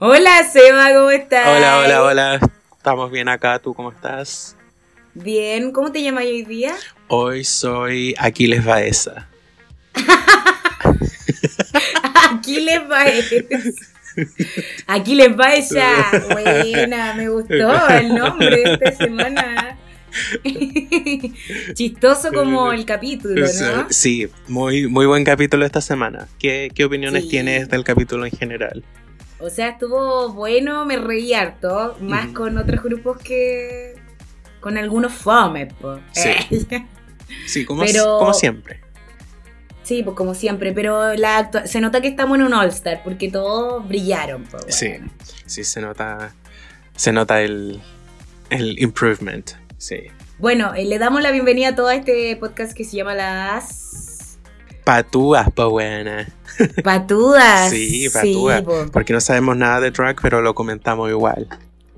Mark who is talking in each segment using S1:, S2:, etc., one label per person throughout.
S1: Hola Seba, ¿cómo estás?
S2: Hola, hola, hola. Estamos bien acá. ¿Tú cómo estás?
S1: Bien, ¿cómo te llamas hoy día?
S2: Hoy soy Aquiles Baeza.
S1: Aquiles Baez. Aquiles Baeza. Buena, me gustó el nombre de esta semana. Chistoso como el capítulo, ¿no?
S2: Sí, muy, muy buen capítulo esta semana. ¿Qué, qué opiniones
S1: Sí.
S2: tienes del capítulo en general?
S1: O sea, estuvo bueno, me reí harto, más
S2: Mm.
S1: con otros grupos que con algunos fome, po. Eh,
S2: Sí. Sí, como,
S1: Pero-
S2: como siempre.
S1: Sí, pues como siempre, pero la actua- se nota que estamos en un All-Star porque todos brillaron. po, weón.
S2: Sí, sí, se nota, se nota el, el improvement. Sí.
S1: Bueno, eh, le damos la bienvenida a todo este podcast que se llama Las
S2: Patúas, pa' buena.
S1: Patudas.
S2: Sí, patúas.
S1: Sí, po.
S2: Porque no sabemos nada de track, pero lo comentamos igual.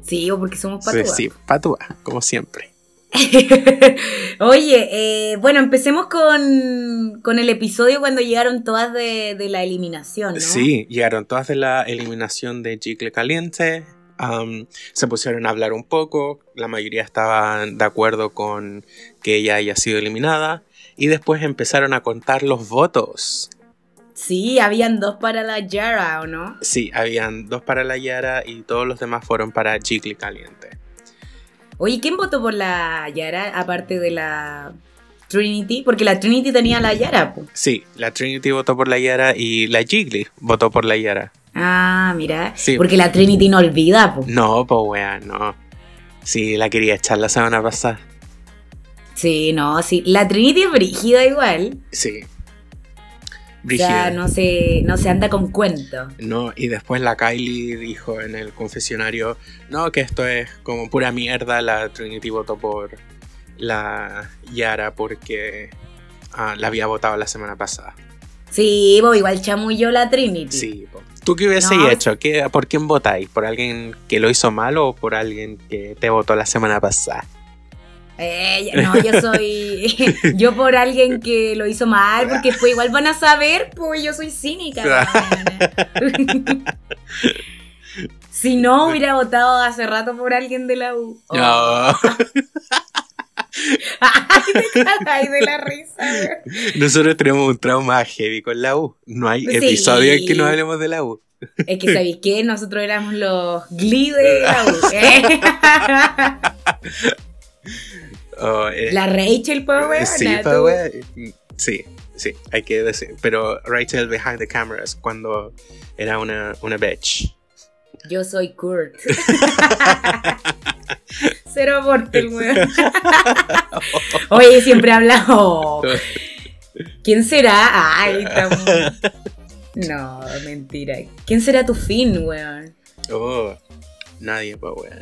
S1: Sí, o porque somos
S2: Sí,
S1: patúas.
S2: sí, patúas, como siempre.
S1: Oye, eh, bueno, empecemos con, con el episodio cuando llegaron todas de, de la eliminación, ¿no?
S2: Sí, llegaron todas de la eliminación de Chicle Caliente. am, se pusieron a hablar un poco. La mayoría estaban de acuerdo con que ella haya sido eliminada. Y después empezaron a contar los votos.
S1: Sí, habían dos para la Yara, ¿o no?
S2: Sí, habían dos para la Yara y todos los demás fueron para Chicle Caliente.
S1: Oye, ¿quién votó por la Yara aparte de la Trinity? Porque la Trinity tenía a la Yara, po.
S2: Sí, la Trinity votó por la Yara y la Jiggly votó por la Yara.
S1: Ah, mira.
S2: Sí.
S1: Porque la Trinity no olvida, po.
S2: No, pues wea, no. Sí, la quería echar la semana pasada.
S1: Sí, no, sí. La Trinity es brígida igual.
S2: Sí.
S1: O sea,
S2: Brígida.
S1: no se, no se anda con cuento.
S2: No, y después la Kylie dijo en el confesionario, no, que esto es como pura mierda, la Trinity votó por la Yara porque ah, la había votado la semana pasada.
S1: Sí, po, igual chamulló la Trinity.
S2: Sí. po. ¿Tú qué hubieses
S1: No.
S2: hecho? ¿Qué, ¿Por quién votáis? ¿Por alguien que lo hizo mal o por alguien que te votó la semana pasada?
S1: Eh, no, yo soy. yo por alguien que lo hizo mal, porque después igual van a saber, pues yo soy cínica. weona. si no, hubiera votado hace rato por alguien de la U. Oh.
S2: No,
S1: Ay, de la risa, weón.
S2: nosotros tenemos un trauma heavy con la U. No hay
S1: Sí.
S2: episodio en que no hablemos de la U.
S1: Es que sabéis que nosotros éramos los glee de la U. Eh.
S2: Oh, eh,
S1: la Rachel, pues, weona,
S2: Sí,
S1: tú.
S2: pa' wea. Sí, sí, hay que decir. Pero Rachel behind the cameras cuando era una, una bitch.
S1: Yo soy Kurt. Cero aporte el weón. Oye, siempre habla. oh. ¿Quién será? Ay, estamos- No, mentira. ¿Quién será tu fin, weón?
S2: Oh, nadie, pues, pa' wea.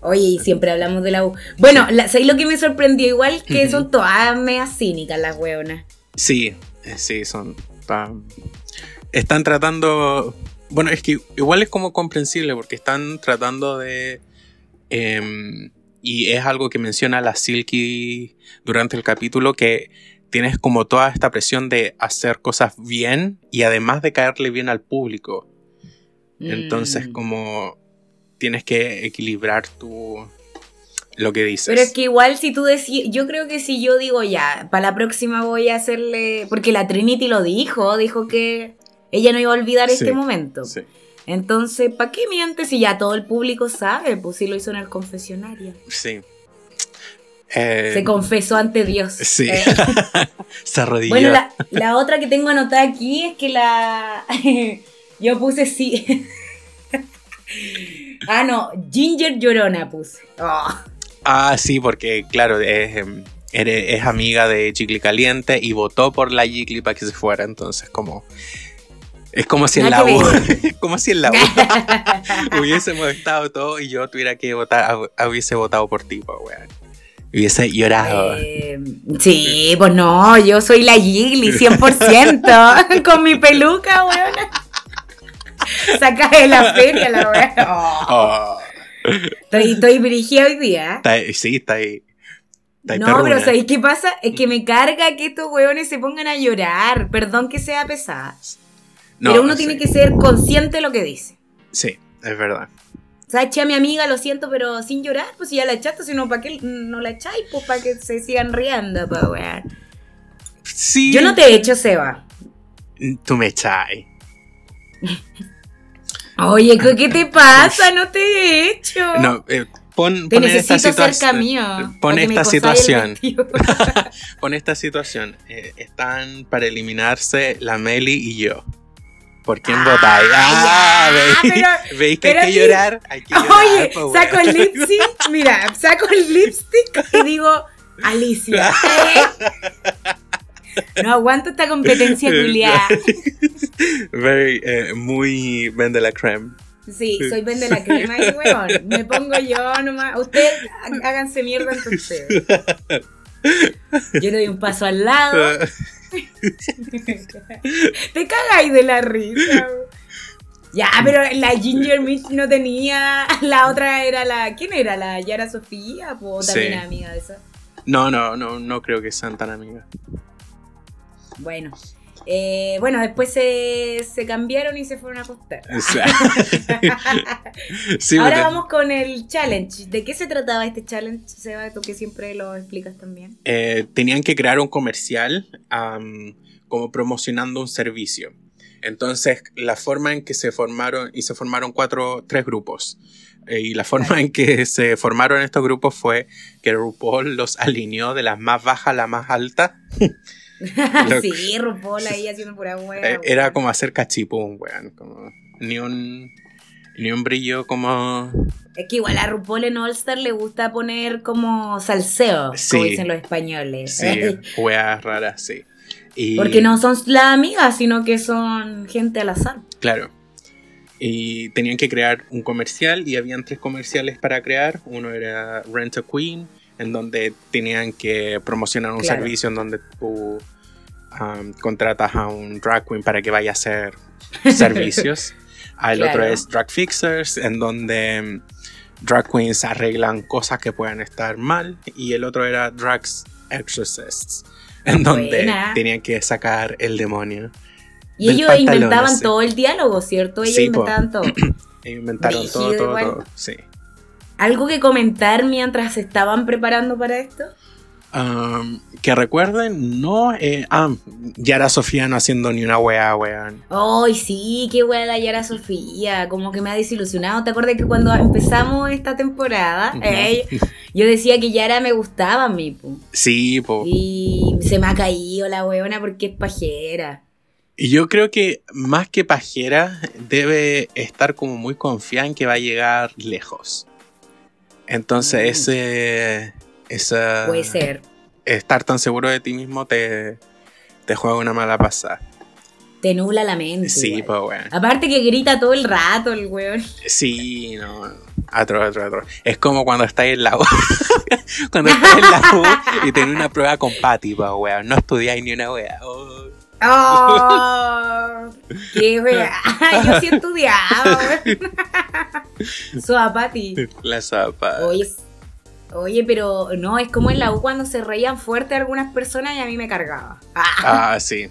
S1: Oye, y siempre hablamos de la U. Bueno, la, ¿sabes lo que me sorprendió? Igual que
S2: Ujú.
S1: son todas medias cínicas las weonas.
S2: Sí, eh, sí, son. pa- Están tratando. Bueno, es que igual es como comprensible porque están tratando de. em, y es algo que menciona la Silky durante el capítulo que tienes como toda esta presión de hacer cosas bien y además de caerle bien al público.
S1: Mm.
S2: Entonces, como tienes que equilibrar tu lo que dices.
S1: Pero es que igual si tú decís, yo creo que si yo digo ya, para la próxima voy a hacerle, porque la Trinity lo dijo, dijo que ella no iba a olvidar
S2: Sí,
S1: este momento.
S2: Sí.
S1: Entonces, ¿para qué miente si ya todo el público sabe? Pues si lo hizo en el confesionario.
S2: sí. Eh,
S1: Se confesó ante Dios.
S2: sí.
S1: Eh,
S2: Se arrodilló.
S1: bueno, la, la otra que tengo anotada aquí es que la... yo puse sí. ah, no, Ginger Llorona puse. Oh.
S2: Ah, sí, porque claro, es, em, eres- es amiga de Chicli Caliente y votó por la Chicli para que se fuera. Entonces, como. Es como si en
S1: Nada
S2: la
S1: que
S2: U. es como si en la U hubiésemos estado todos y yo tuviera que votar. hab- Hubiese votado por ti, po, weón. Hubiese llorado.
S1: Eh, sí, pues no, yo soy la Gigli, 100%, con mi peluca, weón. Saca de la feria la weón.
S2: Oh,
S1: estoy, estoy dirigida hoy día.
S2: está ahí- sí, está ahí. está ahí
S1: No,
S2: terruna.
S1: pero ¿sabéis qué pasa? Es que me carga que estos weones se pongan a llorar. Perdón que sea pesada.
S2: No,
S1: pero uno
S2: sí.
S1: tiene que ser consciente de lo que dice.
S2: Sí, es verdad.
S1: O sea, eché a mi amiga, lo siento, pero sin llorar, pues si ya la echaste, si no, ¿para qué no la echáis? Pues para que se sigan riendo, pues weón.
S2: Sí.
S1: Yo no te echo, Seba.
S2: Tú me echáis.
S1: Oye, ¿qué te pasa? No te he hecho.
S2: No, eh, pon,
S1: te
S2: pon
S1: necesito
S2: esta situa-
S1: cerca mío. para
S2: Pon
S1: que me
S2: esta
S1: cosáis el
S2: situación.
S1: 21.
S2: Pon esta situación. Eh, están para eliminarse la Meli y yo. ¿Por quién
S1: Ah,
S2: votáis? Ah,
S1: ya, pero-
S2: ¿veis, veis que
S1: pero
S2: hay que
S1: sí.
S2: llorar? Hay que llorar, pues,
S1: Oye,
S2: po,
S1: saco
S2: weón.
S1: el lipstick, mira, saco el lipstick y digo, Alicia. eh". No aguanto esta competencia culiada.
S2: Very, eh, muy Ben de la Creme.
S1: Sí, soy vende la crema y weón. Me pongo yo nomás. Ustedes há- háganse mierda entre ustedes. Yo le doy un paso al lado. Te cagáis de la risa. Ya, pero la Ginger Mitch no tenía. La otra era la. ¿Quién era? La Yara Sofía. O también
S2: Sí.
S1: era amiga de esa.
S2: No, no, no, no creo que sean tan amigas.
S1: Bueno. Eh, bueno, después se, se cambiaron y se fueron a acostar.
S2: O sea, sí,
S1: Ahora
S2: porque-
S1: vamos con el challenge. ¿De qué se trataba este challenge, Seba? Tú que siempre lo explicas también.
S2: eh, tenían que crear un comercial am, como promocionando un servicio. Entonces, la forma en que se formaron, y se formaron cuatro, tres grupos. Eh, y la forma en que se formaron estos grupos fue que RuPaul los alineó de las más bajas a las más altas. Lo-
S1: sí, RuPaul ahí haciendo pura hueá.
S2: Eh, era como hacer cachipún, weón. Como ni un, ni un brillo como...
S1: Es que igual a RuPaul en All Star le gusta poner como salseo,
S2: Sí.
S1: como dicen los españoles.
S2: Sí, weas raras, sí. Y-
S1: Porque no son las amigas, sino que son gente al azar.
S2: Claro. Y tenían que crear un comercial y habían tres comerciales para crear. Uno era Rent a Queen, en donde tenían que promocionar un
S1: Claro.
S2: servicio en donde tú um, contratas a un drag queen para que vaya a hacer servicios. Ah, El otro
S1: Claro.
S2: es Drag Fixers, en donde mm, drag queens arreglan cosas que puedan estar mal. Y el otro era Drag Exorcists, en donde
S1: Buena.
S2: tenían que sacar el demonio.
S1: Y
S2: Del
S1: ellos
S2: pantalón,
S1: inventaban
S2: sí.
S1: todo el diálogo, ¿cierto? Ellos
S2: Sí, po.
S1: inventaban todo.
S2: E inventaron todo,
S1: Brígido
S2: todo,
S1: igual.
S2: todo. Sí.
S1: ¿Algo que comentar mientras se estaban preparando para esto?
S2: Um, que recuerden, no. Eh, ah, Yara Sofía no haciendo ni una weá, weón.
S1: Ay, sí, qué buena la Yara Sofía, como que me ha desilusionado. ¿Te acuerdas que cuando empezamos esta temporada,
S2: Ujú.
S1: ey, yo decía que Yara me gustaba a mí, po.
S2: Sí, po.
S1: y se me ha caído la weona porque es pajera.
S2: Y yo creo que más que pajera, debe estar como muy confiada en que va a llegar lejos. Entonces,
S1: Mm.
S2: ese. Esa,
S1: Puede ser.
S2: Estar tan seguro de ti mismo te, te juega una mala pasada.
S1: Te nubla la mente.
S2: Sí,
S1: igual.
S2: po, weón.
S1: Aparte que grita todo el rato el weón.
S2: Sí, no. Atro, atro, atro. Es como cuando estáis en la U. cuando estáis en la U y tenéis una prueba con Pati, pa, weón. No estudiáis ni una wea. Oh.
S1: ¡Oh! ¡Qué wea! Yo sí estudiaba, weón. Soa Pati.
S2: La zapa.
S1: Oye, s- oye, pero no, es como en la U cuando se reían fuerte algunas personas y a mí me cargaba. Ah.
S2: Ah, sí.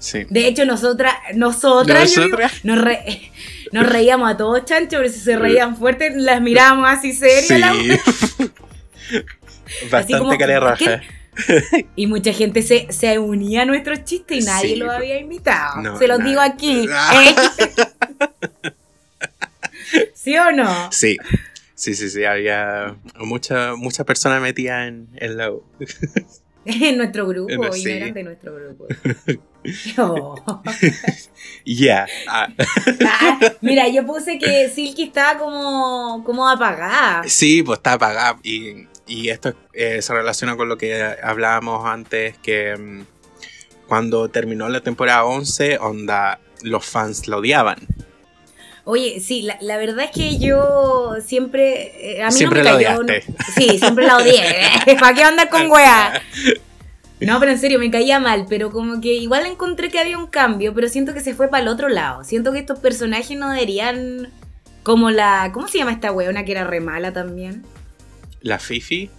S2: Sí.
S1: De hecho, nosotras, nosotras, yo digo,
S2: Nosotras.
S1: nos, re- nos reíamos a todos chanchos, pero si se reían fuerte las mirábamos así serias. la U.
S2: Sí. Bastante
S1: como,
S2: cara de raja.
S1: Y mucha gente se, se unía a nuestros chistes y nadie
S2: Sí,
S1: los
S2: po.
S1: había invitado.
S2: No,
S1: se los
S2: nadie.
S1: digo aquí.
S2: Ah.
S1: ¿eh? ¿Sí o no?
S2: Sí. Sí, sí, sí. Había mucha, mucha persona metida en, en la U.
S1: En nuestro grupo,
S2: Pero
S1: y
S2: sí.
S1: no eran de nuestro grupo. Oh.
S2: Ya. Ah,
S1: Ah, Mira, yo puse que Silky estaba como, como apagada.
S2: Sí, pues está apagado. Y, y esto eh, se relaciona con lo que hablábamos antes, que mm, cuando terminó la temporada 11, onda, los fans la odiaban.
S1: Oye, sí, la, la verdad es que yo siempre. eh, a mí
S2: Siempre
S1: no
S2: la
S1: me cayó.
S2: odiaste. Ah,
S1: no- sí, siempre la odié. ¿Para qué andar con weá? No, pero en serio, me caía mal, pero como que igual encontré que había un cambio, pero siento que se fue para el otro lado. Siento que estos personajes no deberían. Como la. ¿Cómo se llama esta weona que era re mala también?
S2: La Fifi.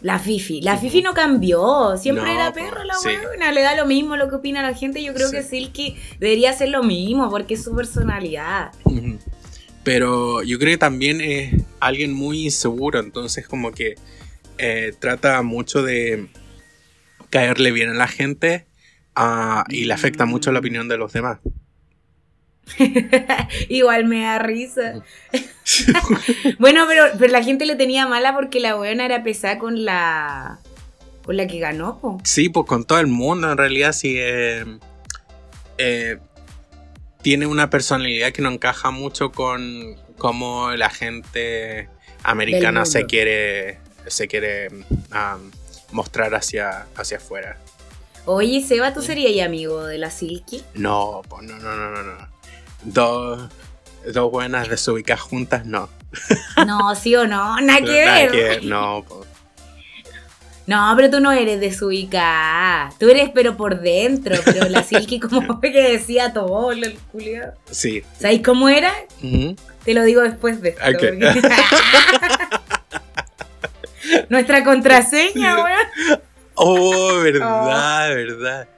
S1: La Fifi. La Fifi no cambió. Siempre
S2: No,
S1: era
S2: pues,
S1: perro la
S2: sí.
S1: huevona. Le da lo mismo lo que opina la gente. Yo creo
S2: Sí.
S1: que Silky debería hacer lo mismo porque es su personalidad.
S2: Ujú. Pero yo creo que también es alguien muy inseguro, entonces como que eh, trata mucho de caerle bien a la gente ah, y le afecta mucho la opinión de los demás.
S1: Igual me da risa. bueno, pero, pero la gente le tenía mala porque la buena era pesada con la. con la que ganó, po.
S2: Sí, pues con todo el mundo en realidad sí eh, eh, tiene una personalidad que no encaja mucho con cómo la gente americana
S1: Del
S2: se
S1: mundo.
S2: quiere, se quiere ah, mostrar hacia, hacia afuera.
S1: Oye, Seba, ¿tú serías ya amigo de la Silky?
S2: No, pues no, no, no, no, no. Dos, dos buenas desubicadas juntas, no.
S1: No, sí o no, nada que
S2: Nada
S1: ver.
S2: que ver, no, pues, po.
S1: No, pero tú no eres desubicada. Tú eres, pero por dentro. Pero la Silky, como que decía todo, el culiao.
S2: sí.
S1: ¿Sabes cómo era?
S2: Ujú.
S1: Te lo digo después de esto.
S2: Ok.
S1: porque- Nuestra contraseña, weón.
S2: Oh, verdad, verdad.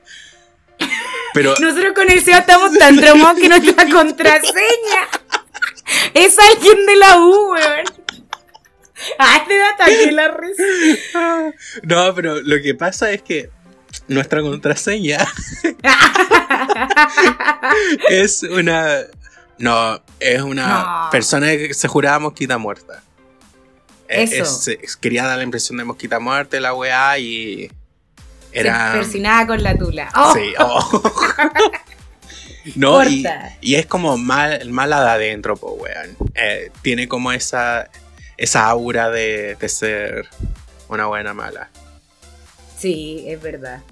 S2: Pero
S1: Nosotros con el SEO estamos tan traumados que nuestra contraseña es alguien de la U, weón. Ah, te da también la risa.
S2: No, pero lo que pasa es que nuestra contraseña es una. No, es una
S1: No.
S2: persona que se juraba mosquita muerta. E-, Es-
S1: Eso.
S2: es- es- quería dar la impresión de mosquita muerta, la weá, y. Era.
S1: Se persinaba con la tula. Oh,
S2: Sí, oh. no, y,
S1: Corta.
S2: y es como mal, mala de adentro, po, weón. Eh, tiene como esa, esa aura de, de ser una buena mala.
S1: Sí, es verdad.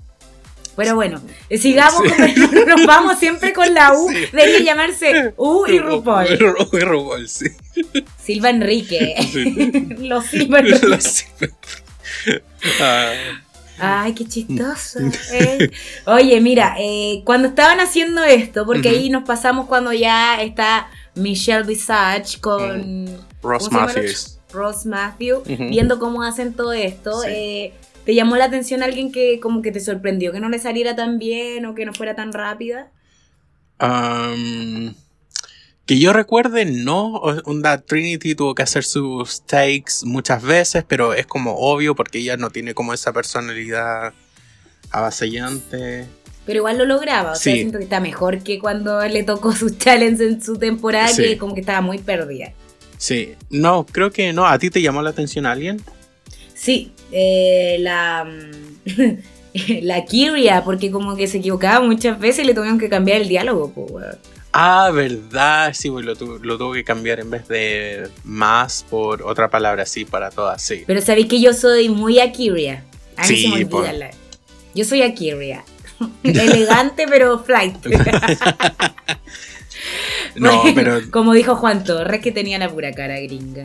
S1: Pero bueno, eh, sigamos, con- nos vamos siempre con la U.
S2: Sí.
S1: Debe llamarse U y
S2: Y
S1: RuPaul.
S2: Ru- y RuPaul, sí.
S1: Silva Enrique.
S2: Sí.
S1: Los Silva Enrique.
S2: Lo siento. Ah,
S1: Ay, qué chistoso.
S2: Mm.
S1: eh. Oye, mira, eh, cuando estaban haciendo esto, porque
S2: Ujú.
S1: ahí nos pasamos cuando ya está Michelle Visage con
S2: Mm.
S1: ¿Cómo se
S2: Ross
S1: llama la
S2: Matthews.
S1: Ross Matthew,
S2: Ujú.
S1: viendo cómo hacen todo esto.
S2: Sí.
S1: eh, ¿Te llamó la atención alguien que como que te sorprendió que no le saliera tan bien o que no fuera tan rápida?
S2: Am, que yo recuerde, no. O- Onda Trinity tuvo que hacer sus takes muchas veces, pero es como obvio porque ella no tiene como esa personalidad avasallante.
S1: Pero igual lo lograba, o sea,
S2: Sí.
S1: siento que está mejor que cuando le tocó su challenge en su temporada,
S2: Sí.
S1: que como que estaba muy perdida.
S2: Sí, no, creo que no. ¿A ti te llamó la atención alguien?
S1: Sí, eh, la, mm, la Kyria, porque como que se equivocaba muchas veces y le tuvieron que cambiar el diálogo. po, weón.
S2: Ah, verdad, sí, pues, lo, tu- lo tuvo que cambiar en vez de más por otra palabra, sí, para todas, sí.
S1: Pero sabéis que yo soy muy Akiria. A mí
S2: Sí,
S1: se me olvida
S2: po.
S1: la- Yo soy Akiria. Elegante pero flight.
S2: No, pero
S1: Como dijo Juan Torres, que tenía la pura cara gringa.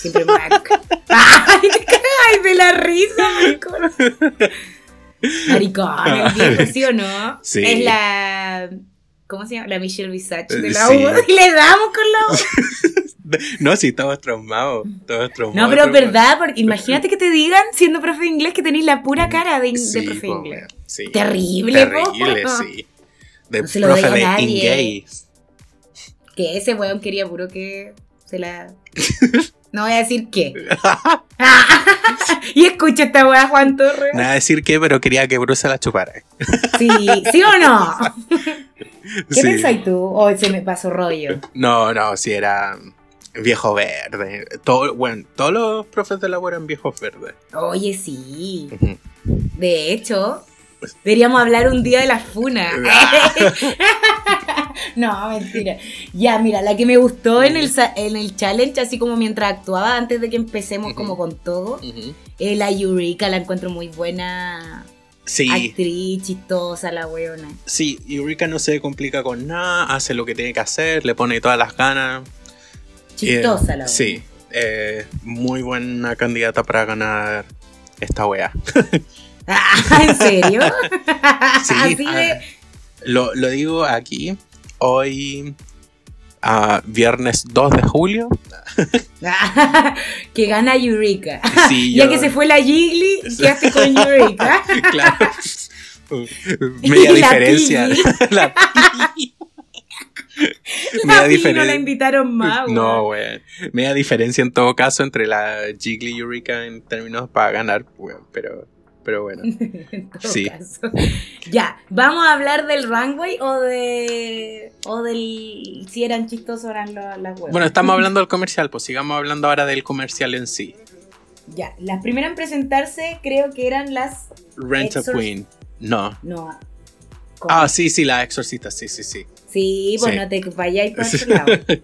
S1: Siempre me da- ¡Ay, te cagas de la risa, maricón! Maricón, el viejo, ¿sí o no?
S2: Ah, Sí.
S1: Es la... ¿Cómo se llama? La Michelle Visage de la
S2: Sí.
S1: U. Y le damos con la U.
S2: No, sí, estabas traumado. Estabas traumado.
S1: No, pero es
S2: traumado.
S1: verdad, porque imagínate que te digan, siendo profe de inglés, que tenéis la pura cara de, de
S2: Sí,
S1: profe de
S2: po,
S1: inglés.
S2: weón, sí.
S1: Terrible, po.
S2: Terrible, sí. De
S1: No se lo
S2: profe
S1: doy a
S2: de
S1: nadie.
S2: inglés.
S1: Que ese weón quería puro que se la. No voy a decir qué. y escucha esta weá, Juan Torres.
S2: Nada decir qué, pero quería que Bruce la chupara.
S1: Sí, ¿sí o no? ¿Qué
S2: Sí.
S1: pensáis tú? Hoy se me pasó rollo.
S2: No, no, sí, era viejo verde. Todo, bueno, todos los profes de la U eran viejos verdes.
S1: Oye, sí.
S2: Ujú.
S1: De hecho, deberíamos hablar un día de la funa. no, mentira. Ya, mira, la que me gustó en el, sa- en el challenge, así como mientras actuaba, antes de que empecemos como con todo,
S2: Ujú.
S1: eh, la Eureka la encuentro muy buena.
S2: Sí, Eh,
S1: Actriz, chistosa, la weona.
S2: sí, Eureka no se complica con nada, hace lo que tiene que hacer, le pone todas las ganas.
S1: Chistosa
S2: Eh,
S1: la weona.
S2: Sí, eh, muy buena candidata para ganar esta wea.
S1: Ah, ¿En serio?
S2: Sí,
S1: Así
S2: ah,
S1: de.
S2: lo, lo digo aquí. Hoy, a viernes 2 de julio.
S1: que gana Eureka.
S2: Sí,
S1: ya
S2: yo-
S1: que se fue la Jiggly, quedaste con Eureka.
S2: claro. Media
S1: Y la
S2: diferencia.
S1: Pili.
S2: La Pili.
S1: La
S2: Media
S1: Pili no la
S2: diferen-
S1: invitaron más.
S2: No,
S1: weón.
S2: weón. Media diferencia en todo caso entre la Jiggly y Eureka en términos para ganar, weón. Pero, pero bueno.
S1: En todo
S2: Sí.
S1: caso. Ya, ¿vamos a hablar del runway o de. o del. si eran chistosos eran lo- las huevas?
S2: Bueno, estamos hablando del comercial, pues sigamos hablando ahora del comercial en sí.
S1: Ya, las primeras en presentarse creo que eran las.
S2: Rent a
S1: Exorc-
S2: Queen. No.
S1: No. ¿cómo?
S2: Ah, sí, sí, la exorcista, sí, sí, sí.
S1: Sí, pues
S2: Sí.
S1: no te vayáis para otro lado.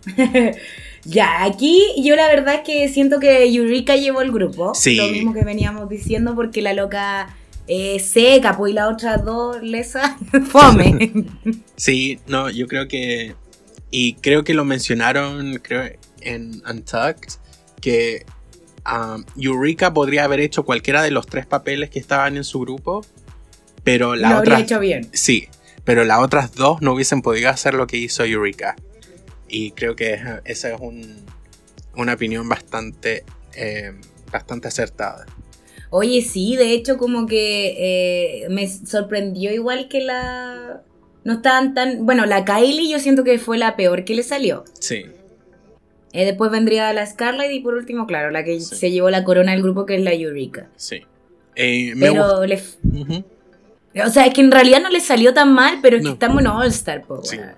S1: ya, aquí yo la verdad es que siento que Eureka llevó el grupo.
S2: Sí.
S1: Lo mismo que veníamos diciendo, porque la loca eh, seca, pues y la otra dos lesas, fome.
S2: Sí, no, yo creo que. Y creo que lo mencionaron, creo, en Untucked, que um, Eureka podría haber hecho cualquiera de los tres papeles que estaban en su grupo, pero la
S1: lo
S2: otra.
S1: habría hecho bien.
S2: Sí, pero las otras dos no hubiesen podido hacer lo que hizo Eureka. Y creo que esa- esa es un- una opinión bastante, eh, bastante acertada.
S1: Oye, sí, de hecho, como que eh, me sorprendió igual que la. No estaban tan. Bueno, la Kylie yo siento que fue la peor que le salió.
S2: Sí,
S1: Eh, después vendría la Scarlett y por último, claro, la que
S2: Sí.
S1: se llevó la corona del grupo que es la Eureka.
S2: sí. Eh, me gustó-
S1: Pero le f-
S2: Ujú.
S1: O sea, es que en realidad no le salió tan mal, pero es
S2: No.
S1: que estamos en All Star, po.
S2: Sí.
S1: weón.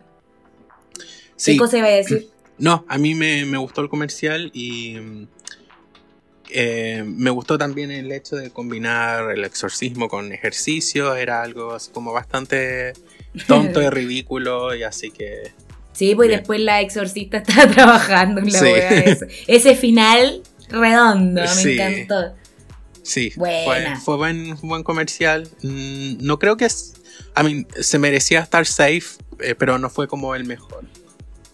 S1: ¿Qué
S2: Sí,
S1: cosa iba a decir?
S2: no, a mí me, me gustó el comercial y mm, eh, me gustó también el hecho de combinar el exorcismo con ejercicio. Era algo así como bastante tonto y ridículo y así que...
S1: Sí, pues y
S2: Bien.
S1: después la exorcista estaba trabajando en la
S2: Sí.
S1: weá esa. Ese final redondo, me
S2: Sí.
S1: encantó.
S2: Sí, fue,
S1: Buena.
S2: fue buen, buen comercial. Mm, No creo que... es- I mean, se merecía estar safe, eh, pero no fue como el mejor.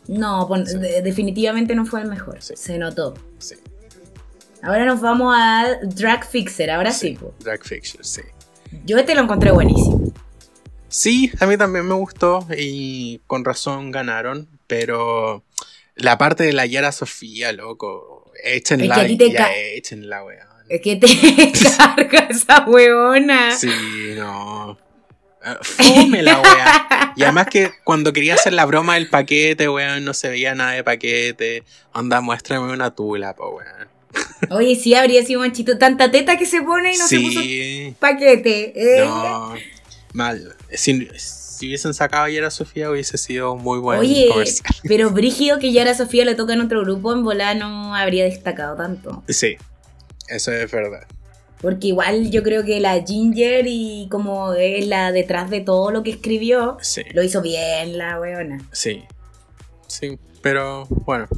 S1: No, pon-
S2: Sí.
S1: de- definitivamente no fue el mejor.
S2: Sí.
S1: Se notó.
S2: Sí,
S1: Ahora nos vamos a Drag Fixer, ahora Ah, sí. po.
S2: Drag Fiction, sí.
S1: Yo este lo encontré buenísimo.
S2: Sí, a mí también me gustó y con razón ganaron, pero la parte de la Yara Sofía, loco, échenla,
S1: Es que a ti te
S2: ya
S1: ca-
S2: échenla, weón.
S1: Es que te carga esa weona.
S2: Sí, no. Ah, Fome la weá. Y además que cuando quería hacer la broma del paquete, weón, no se veía nada de paquete. Onda, muéstrame una tula, po, weón.
S1: Oye, sí, habría sido manchito. Tanta teta que se pone y no se puso
S2: Sí,
S1: paquete. ¿eh?
S2: no. Mal. Si, si hubiesen sacado ayer a Sofía, hubiese sido muy buen
S1: Oye,
S2: comercial.
S1: pero Brígido que ya a Sofía le toca en otro grupo, en volá no habría destacado tanto.
S2: Sí, eso es verdad.
S1: Porque igual yo creo que la Ginger y como es la detrás de todo lo que escribió,
S2: Sí,
S1: lo hizo bien la weona.
S2: sí. Sí, pero bueno.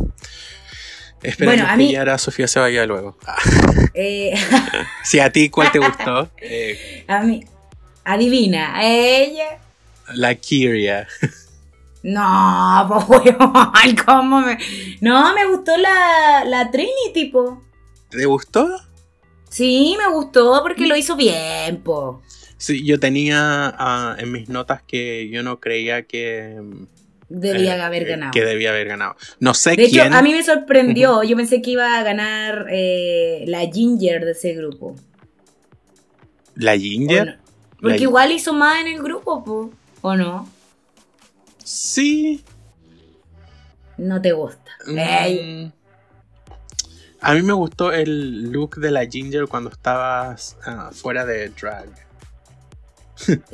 S2: Esperemos
S1: Bueno, a
S2: que
S1: mí-
S2: Yara Sofía se vaya luego. Ah,
S1: Eh,
S2: Si a ti, ¿cuál te gustó? Eh,
S1: a mí, adivina, a ella.
S2: La Kyria.
S1: No, pues weón, ¿cómo me.? No, me gustó la, la Trinity, po.
S2: ¿Te gustó?
S1: Sí, me gustó porque lo hizo bien, po.
S2: Sí, yo tenía ah, en mis notas que yo no creía que. mm,
S1: Debía
S2: eh,
S1: haber
S2: eh,
S1: ganado.
S2: Que debía haber ganado. No sé
S1: De
S2: quién.
S1: hecho, a mí me sorprendió. Yo pensé que iba a ganar eh, la Ginger de ese grupo.
S2: ¿La Ginger?
S1: Bueno, porque
S2: La-
S1: igual hizo más en el grupo, po. ¿o no?
S2: Sí.
S1: No te gusta.
S2: mm,
S1: Ey,
S2: A mí me gustó el look de la Ginger cuando estabas ah, fuera de drag.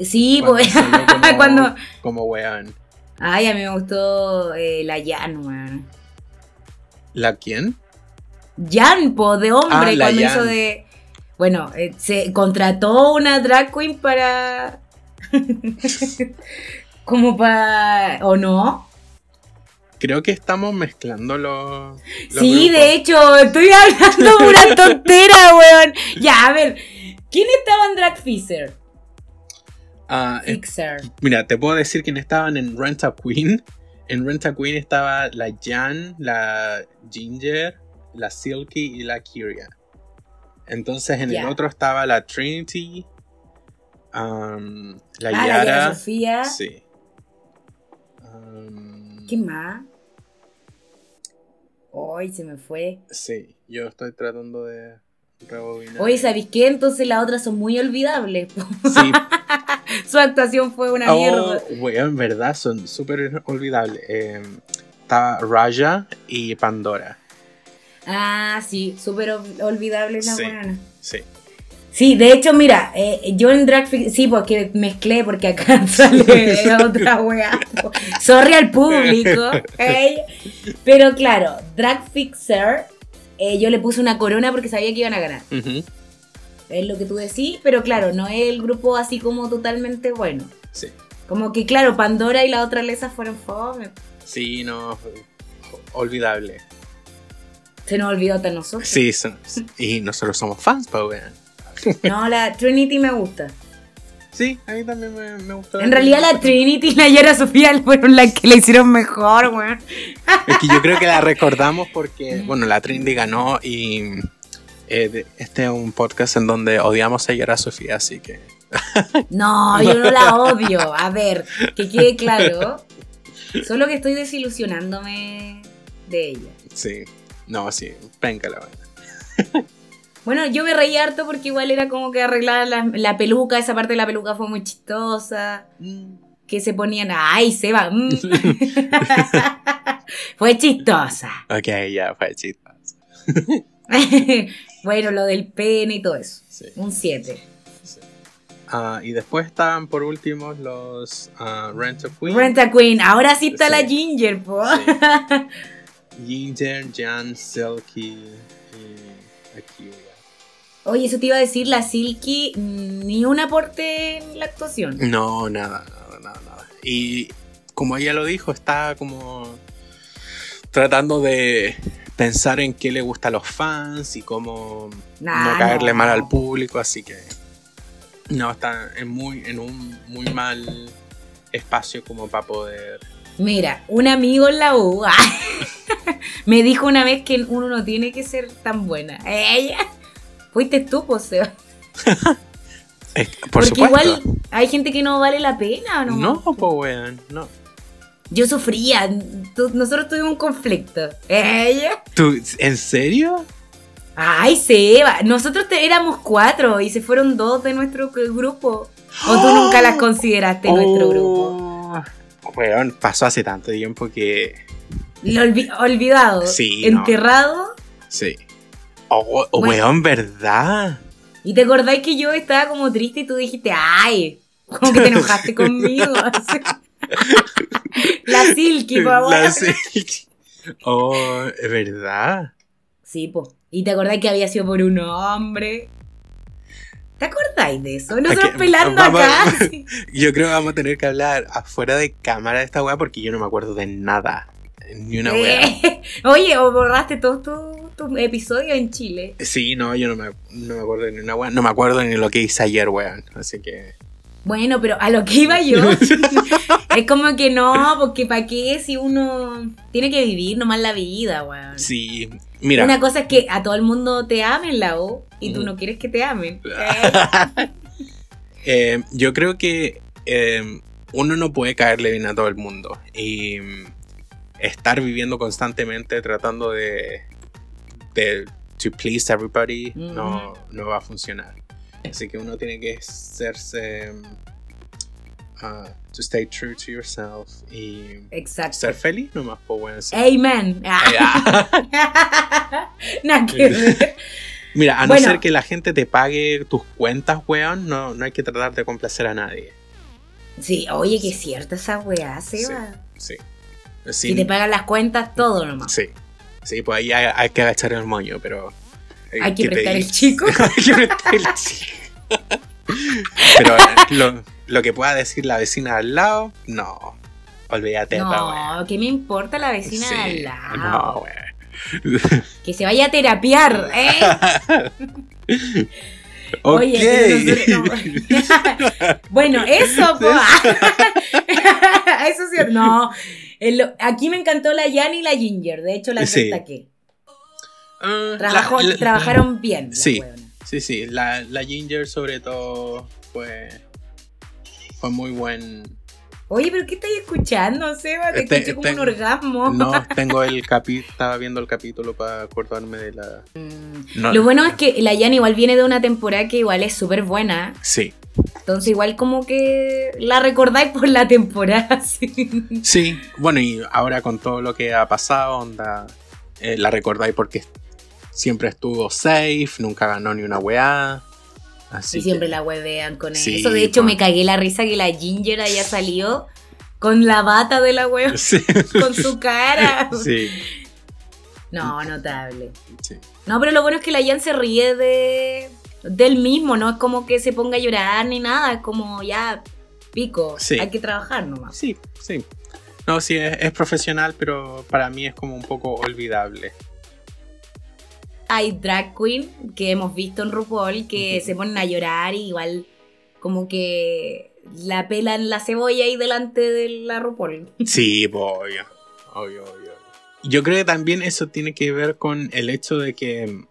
S1: sí,
S2: cuando
S1: pues.
S2: salió como-
S1: cuando-
S2: Como weón.
S1: Ay, a mí me gustó eh, la Jan, weón.
S2: ¿La quién?
S1: Jan, po, de hombre,
S2: Ah, la
S1: cuando
S2: Jan.
S1: hizo de. Bueno, eh, se contrató una drag queen para. Como para. ¿O no?
S2: Creo que estamos mezclando los. los
S1: Sí,
S2: grupos.
S1: de hecho, estoy hablando pura tontera, weón. Ya, a ver, ¿quién estaba en Drag Fixer?
S2: Ah, eh,
S1: Fixer.
S2: Mira, te puedo decir quiénes estaban en Rent a Queen. En Rent a Queen estaba la Jan, la Ginger, la Silky y la Kyria. Entonces en
S1: Ya.
S2: el otro estaba la Trinity, um, la
S1: Ah, la
S2: Yara.
S1: Yara Sofía.
S2: sí. Um,
S1: ¿Quién más? Hoy se me fue.
S2: Sí, yo estoy tratando de rebobinar.
S1: Hoy, ¿sabéis qué? Entonces las otras son muy olvidables. po.
S2: Sí,
S1: Su actuación fue una mierda.
S2: oh, weón, en verdad son súper olvidables. Eh, está Raya y Pandora.
S1: Ah, sí, súper ol- olvidable la
S2: Sí.
S1: buena.
S2: Sí.
S1: Sí, de hecho, mira, eh, yo en Drag Fix- sí, porque mezclé, porque acá sale otra wea. po. Sorry al público. ey. Pero claro, Drag Fixer, eh, yo le puse una corona porque sabía que iban a ganar.
S2: Ujú,
S1: Es lo que tú decís, pero claro, no es el grupo así como totalmente bueno.
S2: Sí.
S1: Como que claro, Pandora y la otra Lesa fueron fome.
S2: Sí, no. Olvidable.
S1: Se nos olvidó hasta nosotros.
S2: Sí, son- y nosotros somos fans, pa, weón.
S1: No, la Trinity me gusta.
S2: Sí, a mí también me, me gustó.
S1: En realidad la Trinity y la Yara Sofía fueron las que la hicieron mejor, weón.
S2: Es que yo creo que la recordamos porque, bueno, la Trinity ganó y eh, de- este es un podcast en donde odiamos a Yara Sofía, así que
S1: No, yo no la odio. A ver, que quede claro. Solo que estoy desilusionándome de ella.
S2: sí. No, sí, penca la vaina.
S1: Bueno, yo me reí harto porque igual era como que arreglar la, la peluca, esa parte de la peluca fue muy chistosa. Que se ponían, ay, se va. mm". fue chistosa.
S2: Ok, ya, fue chistoso.
S1: bueno, lo del pene y todo eso.
S2: Sí.
S1: Un 7.
S2: Ah, y después están por último los ah, Rent of Queen.
S1: Renta Queen, ahora sí está
S2: Sí.
S1: la Ginger, po.
S2: Sí. Ginger, Jan, Silky
S1: eh,
S2: y Akira.
S1: Oye, eso te iba a decir, la Silky, mm, ni un aporte en la actuación.
S2: No, nada, nada, nada, nada. Y como ella lo dijo, está como tratando de pensar en qué le gusta a los fans y cómo
S1: Nah,
S2: no caerle
S1: no.
S2: mal al público, así que no está en muy en un muy mal espacio como para poder.
S1: Mira, un amigo en la U me dijo una vez que uno no tiene que ser tan buena. Ella, fuiste tú, po, Seba.
S2: Es- por
S1: Porque
S2: supuesto.
S1: igual hay gente que no vale la pena, ¿o ¿no?
S2: no, po, weón, no.
S1: Yo sufría, tú- nosotros tuvimos un conflicto. Ella.
S2: ¿Tú- ¿En serio?
S1: Ay, Seba, nosotros te- éramos cuatro y se fueron dos de nuestro c- grupo. O tú nunca las consideraste nuestro grupo.
S2: Oh, Weón, pasó hace tanto tiempo que.
S1: Lo olvi- olvidado,
S2: Sí, no.
S1: enterrado.
S2: Sí. Oh, oh,
S1: Bueno.
S2: weón, ¿verdad?
S1: Y te acordáis que yo estaba como triste y tú dijiste, ay, como que te enojaste conmigo. la Silky, po,
S2: La
S1: weón.
S2: Silky. Oh, es verdad.
S1: Sí, po. Y te acordáis que había sido por un hombre. ¿Te acordáis de eso? Nosotros
S2: Aquí,
S1: pelando
S2: vamos-
S1: acá. sí.
S2: Yo creo que vamos a tener que hablar afuera de cámara de esta weá porque yo no me acuerdo de nada. Ni una weá.
S1: Eh, Oye, o borraste todos tus tus episodios en Chile.
S2: Sí, no, yo no me, no me acuerdo de ni una weá. No me acuerdo ni lo que hice ayer, weón. Así que.
S1: Bueno, pero a lo que iba yo. es como que no, porque ¿para qué si uno tiene que vivir nomás la vida, weón?
S2: Sí, mira.
S1: Una cosa es que a todo el mundo te amen la O y tú
S2: Ujú.
S1: no quieres que te amen.
S2: Eh, yo creo que eh, uno no puede caerle bien a todo el mundo. Y mm, estar viviendo constantemente tratando de, de to please everybody
S1: Ujú.
S2: no, no va a funcionar. Así que uno tiene que serse mm, ah, to stay true to yourself y
S1: Exacto.
S2: ser feliz nomás, pues bueno.
S1: Eh.
S2: sí.
S1: Amen.
S2: Ya.
S1: Nada que ver.
S2: Mira, a no
S1: Bueno.
S2: ser que la gente te pague tus cuentas, weón, no, no hay que tratar de complacer a nadie.
S1: Sí, oye, que cierta esa weá, Seba.
S2: Sí.
S1: Si
S2: Sin-
S1: te pagan las cuentas, todo nomás.
S2: Sí, sí, pues ahí hay, hay que agachar el moño, pero. eh,
S1: Hay que
S2: ¿qué te
S1: prestar el
S2: digo?
S1: chico.
S2: Hay que apretar el chico. pero eh, lo, lo que pueda decir la vecina al lado, no. Olvídate de esta wea.
S1: No, ¿qué me importa la vecina
S2: Sí,
S1: de al lado?
S2: No, wea.
S1: Que se vaya a terapiar, ¿eh?
S2: Ok.
S1: Oye, pero nosotros no- bueno, eso, po. eso sí, no. En lo- Aquí me encantó la Jan y la Ginger, de hecho las
S2: Sí.
S1: destaqué.
S2: Ah,
S1: Trabajó-
S2: la- la-
S1: trabajaron bien. las
S2: Sí.
S1: hueonas.
S2: Sí, sí, la, la Ginger sobre todo fue. Fue muy buen.
S1: Oye, pero ¿qué estás escuchando, Seba? Te,
S2: Te-
S1: escuché como
S2: te-
S1: un orgasmo.
S2: Este, No, tengo el capítulo, estaba viendo el capítulo para acordarme de la... No,
S1: Lo bueno es que la Jan igual viene de una temporada que igual es súper buena.
S2: Sí,
S1: Entonces igual como que la recordáis por la temporada. sí.
S2: sí. Bueno, y ahora con todo lo que ha pasado, onda, eh, la recordáis porque siempre estuvo safe, nunca ganó ni una weá. Así
S1: y siempre
S2: que-
S1: la huevean con
S2: Sí,
S1: eso. De hecho,
S2: po.
S1: me cagué la risa que la Ginger ya salió con la bata de la hueva,
S2: Sí,
S1: con su cara.
S2: sí,
S1: No, notable.
S2: sí.
S1: No, pero lo bueno es que la Jan se ríe de del mismo, no es como que se ponga a llorar ni nada, es como ya pico,
S2: Sí.
S1: hay que trabajar nomás.
S2: Sí, sí. No, sí, es, es profesional, pero para mí es como un poco olvidable.
S1: Hay drag queen que hemos visto en RuPaul que
S2: Ujú.
S1: se ponen a llorar y igual como que la pelan la cebolla ahí delante de la RuPaul.
S2: Sí, po, obvio. Obvio, obvio. Yo creo que también eso tiene que ver con el hecho de que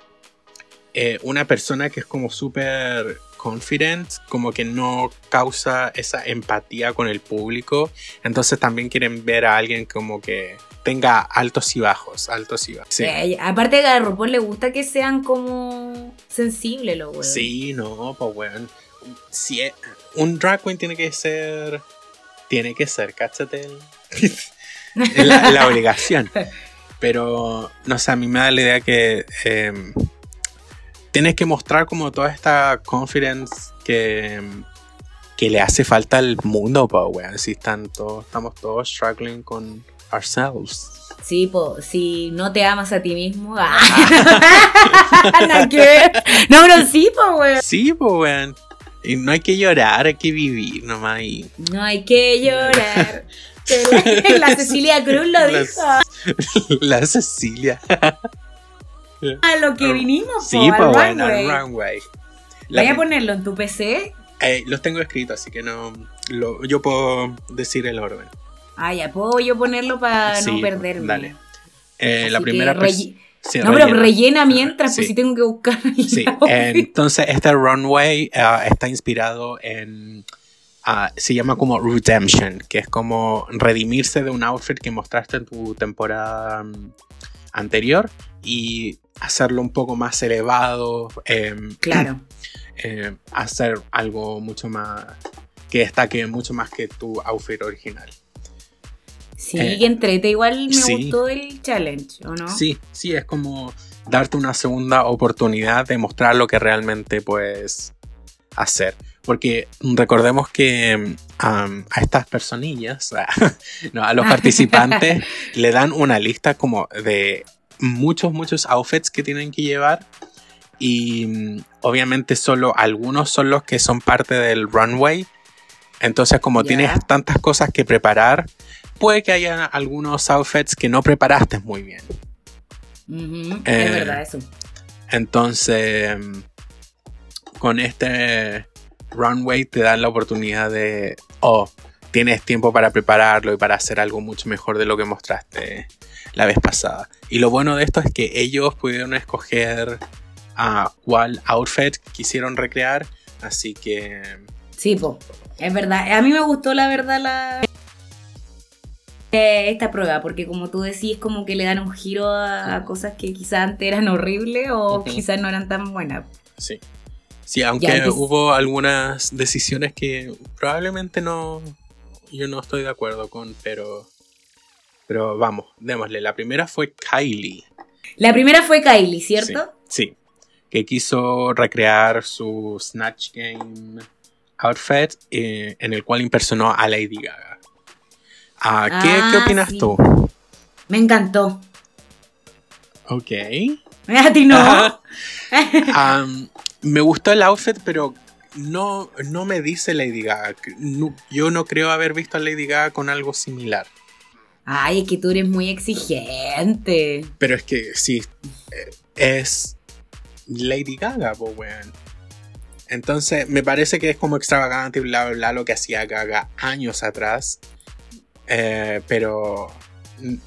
S2: eh, una persona que es como súper confident, como que no causa esa empatía con el público. Entonces también quieren ver a alguien como que tenga altos y bajos, altos y bajos. Sí,
S1: Eh, aparte que a RuPaul le gusta que sean como sensibles los huevos.
S2: Sí, no, pues weón. Si es- un drag queen tiene que ser. Tiene que ser, cáchate. el- es la, la obligación. Pero, no sé, a mí me da la idea que eh, tienes que mostrar como toda esta confidence que, que le hace falta al mundo, po, weón. Si están todos, estamos todos struggling con ourselves.
S1: Sí, po, si no te amas a ti mismo. ah.
S2: Ah.
S1: Nada que ver. No, pero sí, po, weón.
S2: Sí, pues weón. Y no hay que llorar, hay que vivir nomás. Y
S1: No hay que llorar. Te La, la Cecilia Cruz lo
S2: La-
S1: dijo.
S2: la Cecilia.
S1: A lo que vinimos,
S2: Sí,
S1: po, al
S2: pues weón,
S1: runway.
S2: al runway. La
S1: Voy a
S2: que-
S1: ponerlo en tu PC.
S2: eh, los tengo escritos, así que no. lo- yo puedo decir el orden.
S1: Ay, ya puedo yo ponerlo para
S2: Sí, pues,
S1: no perderme.
S2: dale. Eh,
S1: Así
S2: la
S1: que
S2: primera
S1: relle-
S2: pers- sí,
S1: No, pero
S2: rellena. Ah,
S1: rellena mientras, pues
S2: Sí.
S1: si tengo que buscar.
S2: Sí,
S1: la-
S2: eh, entonces este runway ah, está inspirado en. ah, se llama como Redemption, que es como redimirse de un outfit que mostraste en tu temporada mm, anterior y hacerlo un poco más elevado, em,
S1: Claro.
S2: eh, hacer algo mucho más. que destaque mucho más que tu outfit original.
S1: Sí,
S2: Eh,
S1: que entrete. Igual me
S2: sí.
S1: gustó el challenge, ¿o no?
S2: Sí, sí, es como darte una segunda oportunidad de mostrar lo que realmente puedes hacer. Porque recordemos que um, a estas personillas, no, a los participantes, le dan una lista como de muchos, muchos outfits que tienen que llevar. Y mm, obviamente solo algunos son los que son parte del runway. Entonces, como
S1: Ya.
S2: tienes tantas cosas que preparar, puede que haya algunos outfits que no preparaste muy bien.
S1: Ujú,
S2: Eh,
S1: es verdad, eso.
S2: Entonces, mm, con este runway te dan la oportunidad de, oh, tienes tiempo para prepararlo y para hacer algo mucho mejor de lo que mostraste la vez pasada. Y lo bueno de esto es que ellos pudieron escoger a cuál outfit quisieron recrear, así que
S1: Sí, po. Es verdad. A mí me gustó, la verdad, la. eh, Esta prueba, porque como tú decís, como que le dan un giro a, a cosas que quizás antes eran horribles o
S2: Ujú.
S1: quizás no eran tan buenas.
S2: sí. Sí, aunque
S1: Ya, entonces-
S2: hubo algunas decisiones que probablemente no, yo no estoy de acuerdo con, pero, pero vamos, démosle. La primera fue Kylie.
S1: La primera fue Kylie, ¿cierto?
S2: Sí, sí. que quiso recrear su Snatch Game outfit eh, en el cual impersonó a Lady Gaga. Ah, ¿qué,
S1: Ah,
S2: qué opinas
S1: sí.
S2: tú?
S1: Me encantó.
S2: Ok.
S1: A ti no.
S2: Am, me gustó el outfit, pero no, no me dice Lady Gaga. No- yo no creo haber visto a Lady Gaga con algo similar.
S1: Ay, es que tú eres muy exigente.
S2: Pero es que sí, eh, es Lady Gaga, pues, weón. Entonces, me parece que es como extravagante y bla, bla, bla, lo que hacía Gaga años atrás. Eh, pero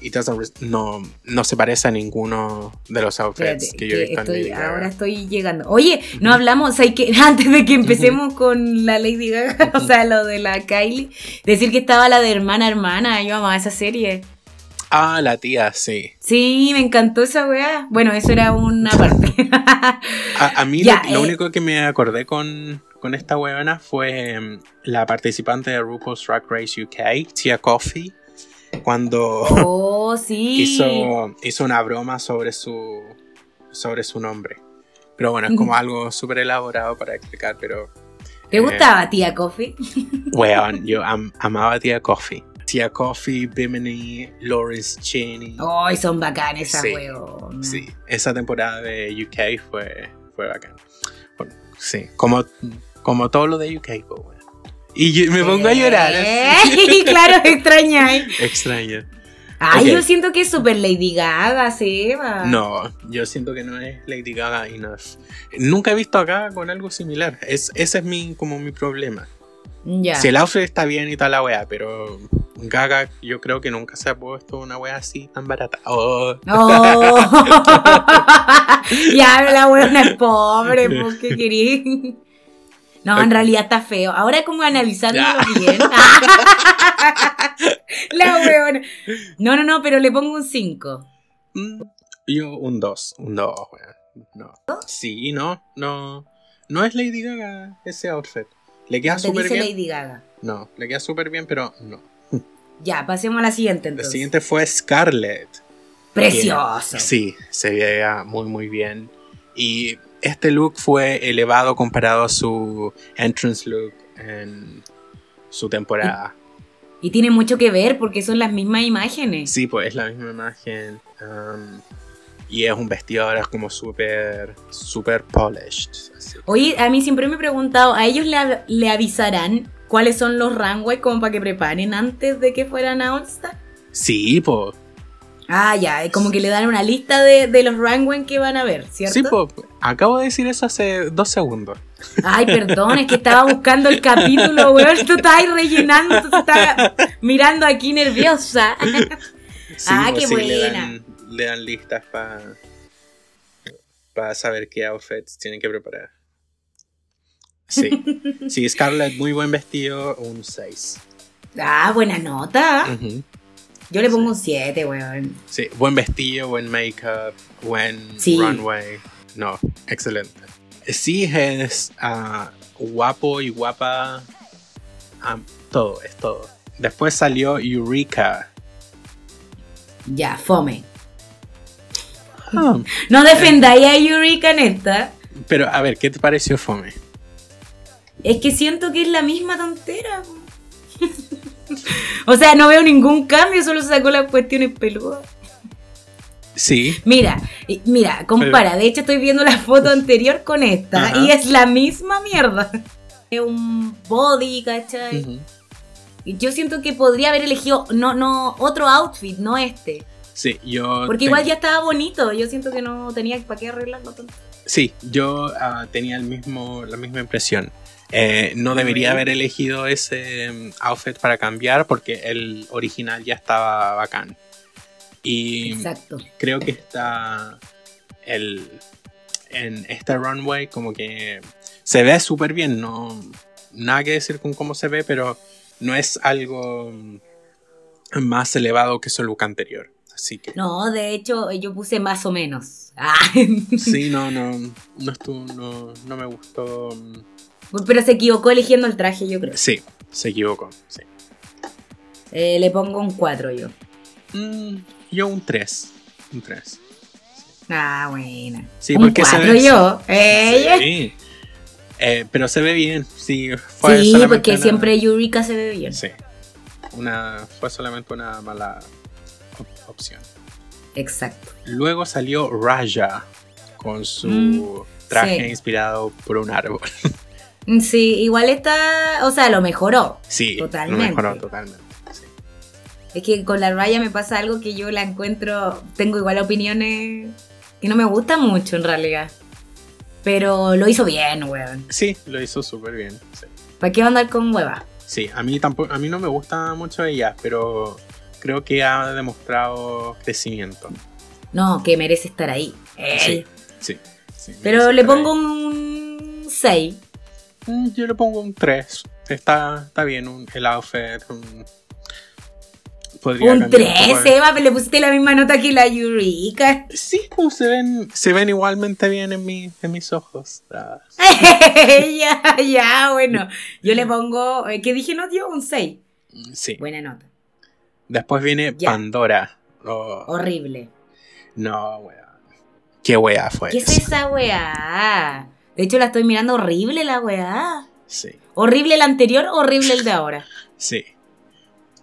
S2: it doesn't res- no, no se parece a ninguno de los outfits
S1: Espérate,
S2: que yo he
S1: que
S2: visto en
S1: estoy-
S2: Lady Gaga.
S1: ahora estoy llegando. Oye, no hablamos, hay que, antes de que empecemos con la Lady Gaga, o sea, lo de la Kylie, decir que estaba la de hermana hermana, yo amaba esa serie.
S2: Ah, la tía, sí.
S1: Sí, me encantó esa weá. Bueno, eso era una parte.
S2: A, a mí
S1: Ya,
S2: lo, lo
S1: eh.
S2: único que me acordé con, con esta weona fue em, la participante de RuPaul's Drag Race UK, Tia Coffey, cuando
S1: oh, sí.
S2: hizo, hizo una broma sobre su, sobre su nombre. Pero bueno, es como algo súper elaborado para explicar, pero
S1: ¿Te
S2: eh,
S1: gustaba, tía Coffee?
S2: Weón, yo am- amaba a Tía Coffee. Tía Coffee, Bimini, Lawrence Cheney.
S1: Ay, son bacanas esas
S2: Sí,
S1: weón.
S2: Sí, esa temporada de UK fue, fue bacán. Bueno, sí, como, como todo lo de UK, po, weón. Y yo- me pongo a llorar. así.
S1: Eh, claro, extrañáis.
S2: Extraño.
S1: Ay,
S2: Ok.
S1: yo siento que es super Lady Gaga, Seba.
S2: No, yo siento que no es Lady Gaga enough. Nunca he visto acá con algo similar. Es, ese es mi, como mi problema.
S1: Ya.
S2: Si el outfit está bien y tal la wea, pero Gaga yo creo que nunca se ha puesto una wea así tan barata. Oh,
S1: Oh. ya la weona es pobre, pues qué querís. No, en
S2: Ok.
S1: realidad está feo. Ahora como analizándolo
S2: Ya.
S1: bien. la weona. No, no, no, pero le pongo un 5.
S2: Mm, Yo un 2, un 2, weón. No. Sí, no, no. No es Lady Gaga ese outfit. Le queda
S1: Te
S2: súper
S1: dice
S2: bien.
S1: Lady Gaga.
S2: No, le queda súper bien, pero no.
S1: Ya, pasemos a la siguiente
S2: La
S1: entonces.
S2: siguiente fue Scarlett.
S1: Precioso.
S2: Sí, se veía muy, muy bien. Y este look fue elevado comparado a su entrance look en su temporada.
S1: Y tiene mucho que ver porque son las mismas imágenes.
S2: Sí, pues es la misma imagen. um, y es un vestido ahora como súper, súper polished. así.
S1: Oye, a mí siempre me he preguntado, ¿a ellos le, av- le avisarán cuáles son los runways como para que preparen antes de que fueran a All Star?
S2: Sí, pues.
S1: Ah, ya, es como que le dan una lista de, de los runways que van a ver, ¿cierto?
S2: Sí, po, acabo de decir eso hace dos segundos.
S1: Ay, perdón, es que estaba buscando el capítulo, weón, tú estabas ahí rellenando, tú estabas mirando aquí nerviosa.
S2: Sí,
S1: Ah,
S2: po,
S1: qué
S2: sí, Le
S1: buena.
S2: dan, le dan listas para saber qué outfits tienen que preparar. Sí, sí, Scarlett, muy buen vestido, un 6.
S1: Ah, buena nota. Yo le pongo un 7, weón.
S2: Sí, buen vestido, buen makeup, buen
S1: Sí.
S2: runway. No, excelente. Sí, es ah, guapo y guapa. ah, todo, es todo. Después salió Eureka.
S1: Ya, fome.
S2: Ah,
S1: No defendáis a Eureka en esta.
S2: Pero a ver, ¿qué te pareció Fome?
S1: Es que siento que es la misma tontera. po. o sea, no veo ningún cambio, solo se sacó las cuestiones peludas.
S2: Sí.
S1: Mira, y- mira, compara. De hecho, estoy viendo la foto anterior con esta
S2: Ajá.
S1: y es la misma mierda. Es un body, ¿cachai? Y Yo siento que podría haber elegido no, no, otro outfit, no este.
S2: Sí, yo.
S1: Porque
S2: ten-
S1: igual ya estaba bonito. Yo siento que no tenía para qué arreglarlo tanto.
S2: Sí, yo ah, tenía el mismo, la misma impresión. Eh, no debería
S1: Ok.
S2: haber elegido ese mm, outfit para cambiar porque el original ya estaba bacán. Y
S1: Exacto.
S2: creo que está el en este runway como que se ve súper bien, no nada que decir con cómo se ve, pero no es algo mm, más elevado que su look anterior. Así que
S1: No, de hecho, yo puse más o menos. Ah.
S2: sí, no, no, no estuvo, no, no me gustó. mm,
S1: Pero se equivocó eligiendo el traje, yo creo.
S2: Sí, se equivocó. sí.
S1: Eh, le pongo un 4 yo.
S2: Mm, yo un 3. Un 3.
S1: Ah, buena.
S2: Sí,
S1: un
S2: porque se
S1: 4
S2: ve-
S1: yo. ¿eh? Ella. Sí,
S2: Sí. Eh, pero se ve bien, sí. Pues solamente
S1: porque
S2: una-
S1: siempre Eureka se ve bien.
S2: Sí. Una, fue solamente una mala op- opción.
S1: Exacto.
S2: Luego salió Raja con su
S1: Mm,
S2: traje
S1: sí.
S2: inspirado por un árbol.
S1: Sí, igual está, o sea, lo mejoró.
S2: Sí, lo
S1: Totalmente.
S2: mejoró totalmente. sí.
S1: Es que con la raya me pasa algo que yo la encuentro, tengo igual opiniones que no me gustan mucho en realidad. Pero lo hizo bien, weón.
S2: Sí, lo hizo súper bien. sí.
S1: ¿Para qué va a andar con hueva?
S2: Sí, a mí tampoco, a mí no me gusta mucho ella, pero creo que ha demostrado crecimiento.
S1: No, que merece estar ahí.
S2: Sí,
S1: Ey.
S2: sí. sí,
S1: Pero
S2: merece
S1: le
S2: estar
S1: pongo un 6.
S2: ahí. Mm, Yo le pongo un 3. Está, está bien un, el outfit. Un, podría
S1: Un
S2: cambiar un
S1: 3,
S2: poco eh. de-
S1: Eva, pero le pusiste la misma nota que la Eureka.
S2: Sí, pues, se ven, se ven igualmente bien en, mi, en mis ojos. Ah,
S1: ya, ya, bueno. Yo le pongo, eh, ¿qué dije no dio? Un 6.
S2: sí.
S1: Buena nota.
S2: Después viene
S1: Ya.
S2: Pandora. Oh,
S1: Horrible.
S2: no, weón. Qué weá fue.
S1: ¿Qué es
S2: esa?
S1: esa weá? De hecho, la estoy mirando horrible la weá.
S2: Sí,
S1: Horrible el anterior, horrible el de ahora.
S2: sí.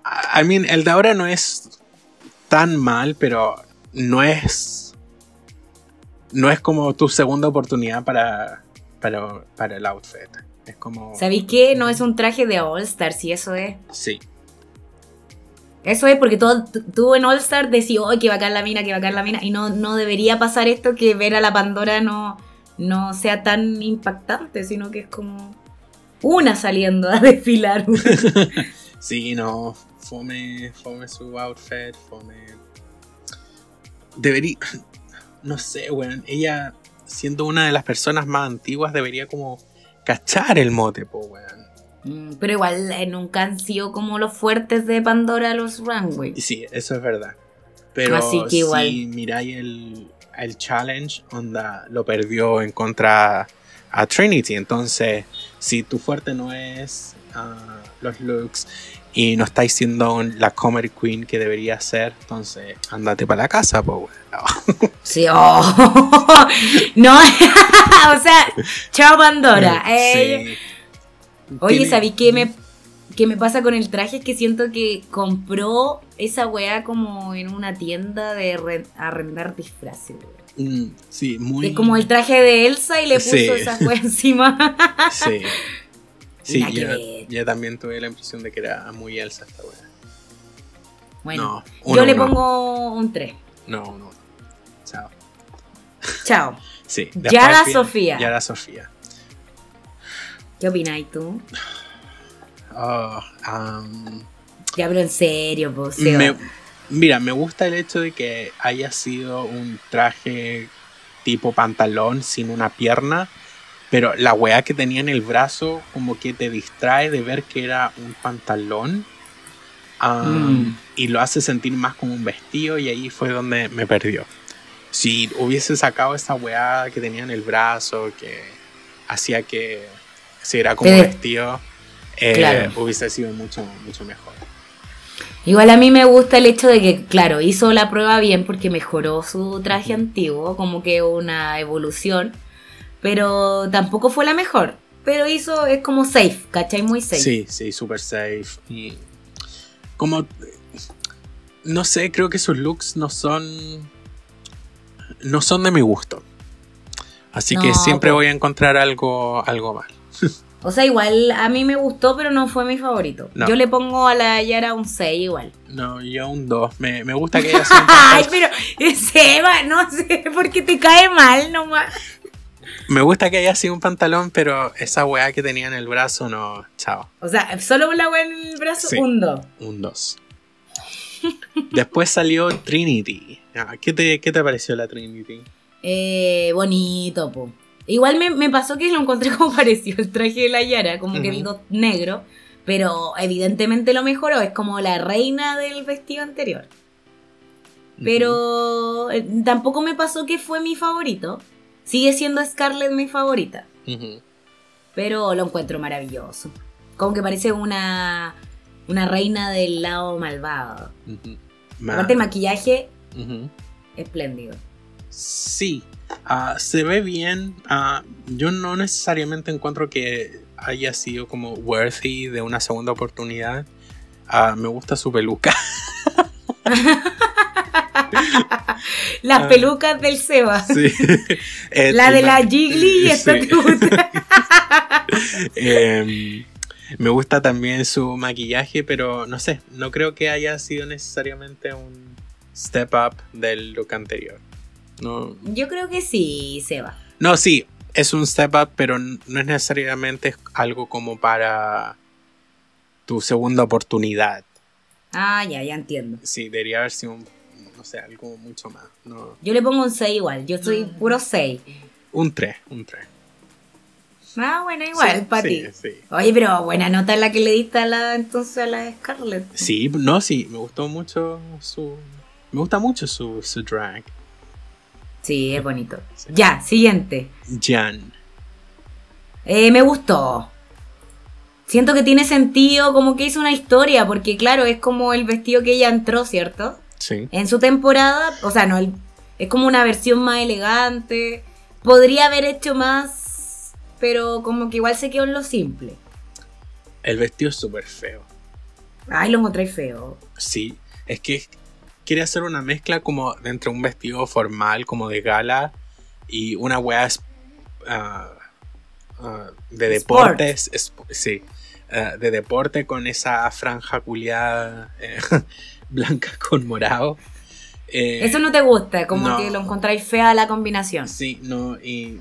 S2: I I mean, el de ahora no es tan mal, pero no es. No es como tu segunda oportunidad para, para, para el outfit. Es como.
S1: ¿Sabéis qué? No es un traje de All Star, si eso es.
S2: Sí,
S1: Eso es porque todo, tú- tú en All Star decís, oh, que va a caer la mina, que va a caer la mina. Y no, no debería pasar esto que ver a la Pandora no, no sea tan impactante, sino que es como una saliendo a desfilar.
S2: sí, no. Fome, fome su outfit, fome. Debería. No sé, weón. Ella, siendo una de las personas más antiguas, debería como cachar el mote, po, weón.
S1: Mm, Pero igual eh, nunca han sido como los fuertes de Pandora los
S2: Y
S1: runways.
S2: Sí, eso es verdad. Pero
S1: Así que
S2: si
S1: igual.
S2: miráis el, el challenge, onda, lo perdió en contra a Trinity. Entonces, si tu fuerte no es ah, los looks y no estáis siendo un- la comedy queen que debería ser, entonces andate para la casa, po, weón.
S1: Sí, oh. no, o sea, chao Pandora. Eh,
S2: Sí.
S1: Oye,
S2: Tiene-
S1: ¿sabí qué me, qué me pasa con el traje? Es que siento que compró esa weá como en una tienda de re- arrendar disfraces. weón.
S2: Mm, sí, muy.
S1: Es como el traje de Elsa y le puso
S2: Sí.
S1: esa weá encima.
S2: Sí. Sí,
S1: Nada que
S2: yo,
S1: ver.
S2: yo también tuve la impresión de que era muy Elsa esta weá.
S1: Bueno,
S2: No, uno,
S1: yo le
S2: uno.
S1: pongo un 3.
S2: No, no. Chao.
S1: Chao.
S2: Sí.
S1: Yara
S2: después viene-
S1: Sofía.
S2: Yara Sofía.
S1: ¿Qué opináis tú?
S2: Oh, um,
S1: Ya hablo en serio, po, Seba.
S2: me- mira, me gusta el hecho de que haya sido un traje tipo pantalón sin una pierna, pero la weá que tenía en el brazo como que te distrae de ver que era un pantalón. um,
S1: Mm.
S2: Y lo hace sentir más como un vestido y ahí fue donde me perdió. Si hubiese sacado esa weá que tenía en el brazo, que hacía que si era como
S1: Te-
S2: vestido, eh,
S1: Claro.
S2: hubiese sido mucho, mucho mejor.
S1: Igual a mí me gusta el hecho de que, claro, hizo la prueba bien porque mejoró su traje
S2: Ujú.
S1: antiguo, como que una evolución, pero tampoco fue la mejor. Pero hizo, es como safe, ¿cachai? Muy safe.
S2: Sí, sí, super safe. Y como. No sé, creo que sus looks no son. No son de mi gusto. Así que
S1: No,
S2: siempre
S1: pues.
S2: voy a encontrar algo, algo mal.
S1: O sea, igual a mí me gustó, pero no fue mi favorito.
S2: No.
S1: Yo le pongo a la Yara un 6 igual.
S2: No, yo un 2. Me, me gusta que ella sea un
S1: Ay,
S2: pantalón-
S1: pero Seba, no sé, porque te cae mal nomás.
S2: Me gusta que haya sido un pantalón, pero esa weá que tenía en el brazo, no. Chao.
S1: O sea, solo con la wea en el brazo,
S2: Sí.
S1: un 2.
S2: Un 2. Después salió Trinity. Ah, ¿Qué te, ¿Qué te pareció la Trinity?
S1: Eh, bonito, po. Igual me, me pasó que lo encontré como parecido el traje de la Yara, como que
S2: Ujú.
S1: el dot negro, pero evidentemente lo mejoró, es como la reina del vestido anterior. Pero eh, tampoco me pasó que fue mi favorito. Sigue siendo Scarlett mi favorita,
S2: Ujú, ujú.
S1: pero lo encuentro maravilloso. Como que parece una, una reina del lado malvado.
S2: Ujú.
S1: Aparte el maquillaje,
S2: Ujú.
S1: espléndido.
S2: Sí, ah, se ve bien. ah, yo no necesariamente encuentro que haya sido como worthy de una segunda oportunidad. Ah, me gusta su peluca.
S1: Las
S2: Ah.
S1: pelucas del Seba.
S2: Sí. Eh,
S1: La de la
S2: ima-
S1: Jiggly y esta
S2: Sí.
S1: te gusta.
S2: Em, me gusta también su maquillaje, pero no sé, no creo que haya sido necesariamente un step up del look anterior. No,
S1: Yo creo que sí, Seba.
S2: No, sí, es un step up, pero n- no es necesariamente algo como para tu segunda oportunidad.
S1: Ah, ya, ya entiendo.
S2: Sí, debería haber sido, un, no sé, algo mucho más. No,
S1: Yo le pongo un 6 igual, yo soy
S2: Ah.
S1: puro 6.
S2: un 3, un 3.
S1: Ah, bueno, igual,
S2: Sí,
S1: para
S2: sí,
S1: ti.
S2: Sí.
S1: Oye, pero buena nota la que le diste a la, entonces a la Scarlett.
S2: Sí, no, sí, me gustó mucho su... Me gusta mucho su, su drag.
S1: Sí, es bonito.
S2: Sí.
S1: Ya, siguiente.
S2: Jan.
S1: Eh, me gustó. Siento que tiene sentido, como que hizo una historia, porque claro, es como el vestido que ella entró, ¿cierto?
S2: Sí.
S1: En su temporada, o sea, no, el- es como una versión más elegante. Podría haber hecho más, pero como que igual se quedó en lo simple.
S2: El vestido es súper feo.
S1: Ay, lo encontré feo.
S2: Sí, es que quiere hacer una mezcla como de entre un vestido formal, como de gala, y una weá es- ah, ah, de
S1: Sport.
S2: deportes. esp- sí, ah, de deporte con esa franja culiada eh, blanca con morado. Eh,
S1: Eso no te gusta, como
S2: no.
S1: que lo encontráis fea la combinación.
S2: Sí, no, y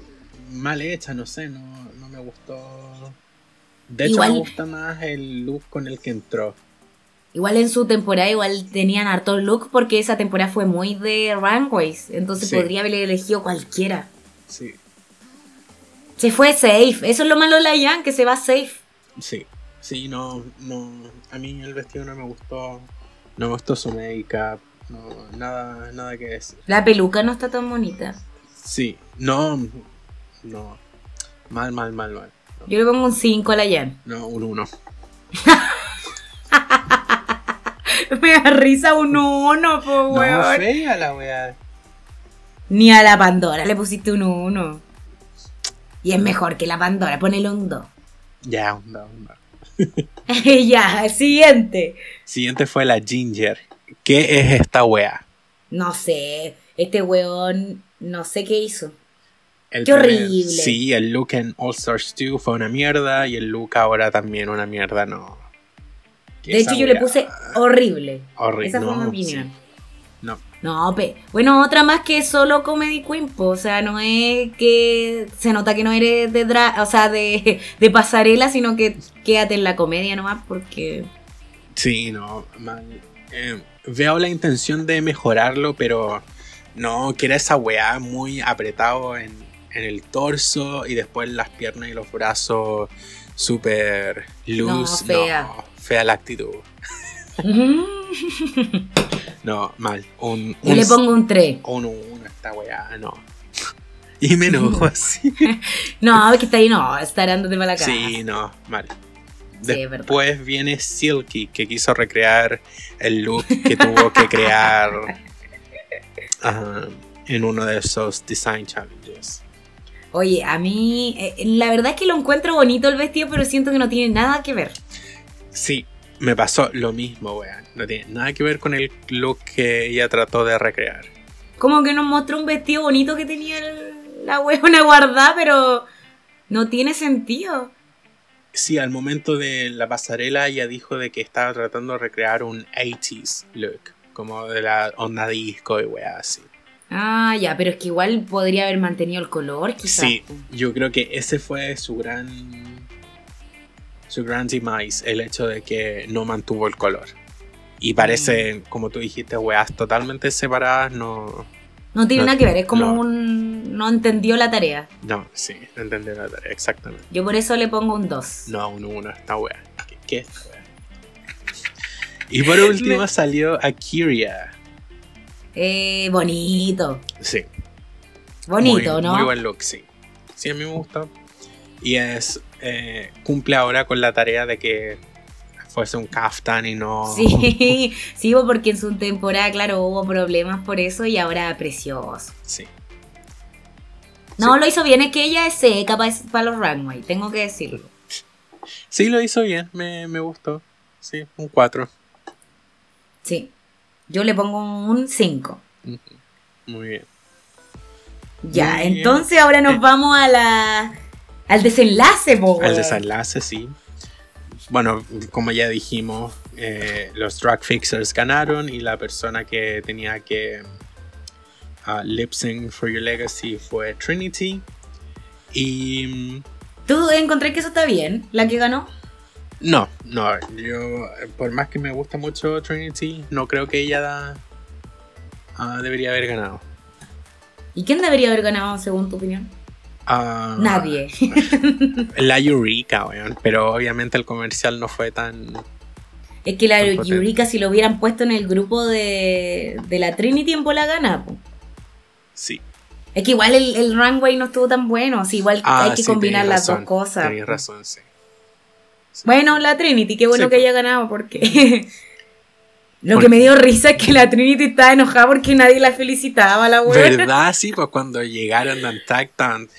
S2: mal hecha, no sé, no, no me gustó. De hecho,
S1: Igual-
S2: me gusta más el look con el que entró.
S1: Igual en su temporada igual tenían harto look porque esa temporada fue muy de runways, entonces
S2: Sí.
S1: podría haber elegido cualquiera.
S2: Sí,
S1: Se fue safe, eso es lo malo de la Jan, que se va safe.
S2: Sí, sí, no, no. A mí el vestido no me gustó. No me gustó su make-up. No, nada, nada que decir.
S1: La peluca no está tan bonita.
S2: Sí, no, no. Mal, mal, mal, mal.
S1: Yo le pongo un 5 a la Jan.
S2: No, un uno.
S1: Me da risa un 1, po,
S2: No,
S1: weón.
S2: fea la wea.
S1: Ni a la Pandora le pusiste un 1. Y es mejor que la Pandora, ponele un 2.
S2: Ya, onda, onda.
S1: ya, el siguiente.
S2: Siguiente fue la Ginger. ¿Qué es esta wea?
S1: No sé, este weón no sé qué hizo.
S2: El
S1: Qué horrible.
S2: Sí, el look en All Stars 2 fue una mierda y el look ahora también una mierda, no.
S1: De hecho,
S2: Esa
S1: yo le
S2: wea,
S1: puse horrible.
S2: horrible,
S1: Esa fue
S2: no,
S1: mi opinión.
S2: sí. No.
S1: No, pe- bueno, otra más que es solo Comedy Queen, po, o sea, no es que se nota que no eres de dra- o sea, de, de pasarela, sino que quédate en la comedia nomás porque
S2: Sí, no, mal. Eh, veo la intención de mejorarlo, pero no, que era esa weá muy apretado en, en el torso y después las piernas y los brazos súper loose. No,
S1: fea.
S2: fea. la actitud. No, mal. Un,
S1: yo
S2: un,
S1: le pongo un 3.
S2: un uno a esta weá, no. Y me enojo así.
S1: No, es que está ahí, no, está dándote para la cara.
S2: Sí, no, mal.
S1: Sí, es verdad.
S2: Después viene Silky, que quiso recrear el look que tuvo que crear ajá, en uno de esos design challenges.
S1: Oye, a mí, eh, la verdad es que lo encuentro bonito el vestido, pero siento que no tiene nada que ver.
S2: Sí, me pasó lo mismo, weón. No tiene nada que ver con el look que ella trató de recrear.
S1: Como que nos mostró un vestido bonito que tenía el- la huevona guardada, pero no tiene sentido.
S2: Sí, al momento de la pasarela ella dijo de que estaba tratando de recrear un 80s look, como de la onda disco y weá así.
S1: Ah, ya, pero es que igual podría haber mantenido el color, quizás.
S2: Sí, yo creo que ese fue su gran. Su gran demise, el hecho de que no mantuvo el color. Y parece, como tú dijiste, weas totalmente separadas, no.
S1: No tiene
S2: No,
S1: nada que ver, es como
S2: no.
S1: un... No entendió la tarea.
S2: No, sí, no entendí la tarea, exactamente.
S1: Yo por eso le pongo un 2.
S2: No, uno, uno, esta wea. ¿Qué, qué es esta wea? Y por último
S1: Me-
S2: salió Akiria.
S1: Eh, bonito.
S2: Sí.
S1: Bonito,
S2: muy,
S1: ¿no?
S2: Muy buen look, sí. Sí, a mí me gusta. Y es. eh, cumple ahora con la tarea de que fuese un kaftan y no.
S1: Sí, sí, pues, porque en su temporada, claro, hubo problemas por eso y ahora precioso.
S2: Sí.
S1: No,
S2: Sí.
S1: lo hizo bien, es que ella es seca para los runway, tengo que decirlo.
S2: Sí, lo hizo bien, me, me gustó. Sí, un 4.
S1: Sí. Yo le pongo un 5.
S2: Muy bien.
S1: Ya,
S2: Muy bien. Eh.
S1: entonces ahora nos vamos a la al desenlace, po,
S2: El
S1: weón.
S2: desenlace, sí. Bueno, como ya dijimos, eh, los drug fixers ganaron y la persona que tenía que ah, lip sync for your legacy fue Trinity. mm, Y mm,
S1: ¿Tú encontré que eso está bien? ¿La que ganó?
S2: No, no, yo por más que me gusta mucho Trinity, no creo que ella da, ah, debería haber ganado.
S1: ¿Y quién debería haber ganado según tu opinión?
S2: Ah,
S1: Nadie.
S2: La Eureka, weón. Pero obviamente el comercial no fue tan.
S1: es que la
S2: Tan potente.
S1: Eureka si lo hubieran puesto en el grupo de, de la Trinity en bola gana. po.
S2: Sí.
S1: Es que igual el, el runway no estuvo tan bueno, sí, igual
S2: Ah,
S1: hay que
S2: sí,
S1: combinar
S2: tenés
S1: las
S2: razón,
S1: dos cosas.
S2: Tenés razón, sí. Sí.
S1: Bueno, la Trinity, qué bueno
S2: Sí,
S1: que
S2: po. Mm.
S1: haya ganado porque... Lo que
S2: Porque-
S1: me dio risa es que la Trinity estaba enojada porque nadie la felicitaba, la buena.
S2: ¿Verdad? Sí, pues cuando llegaron a Antac, tan,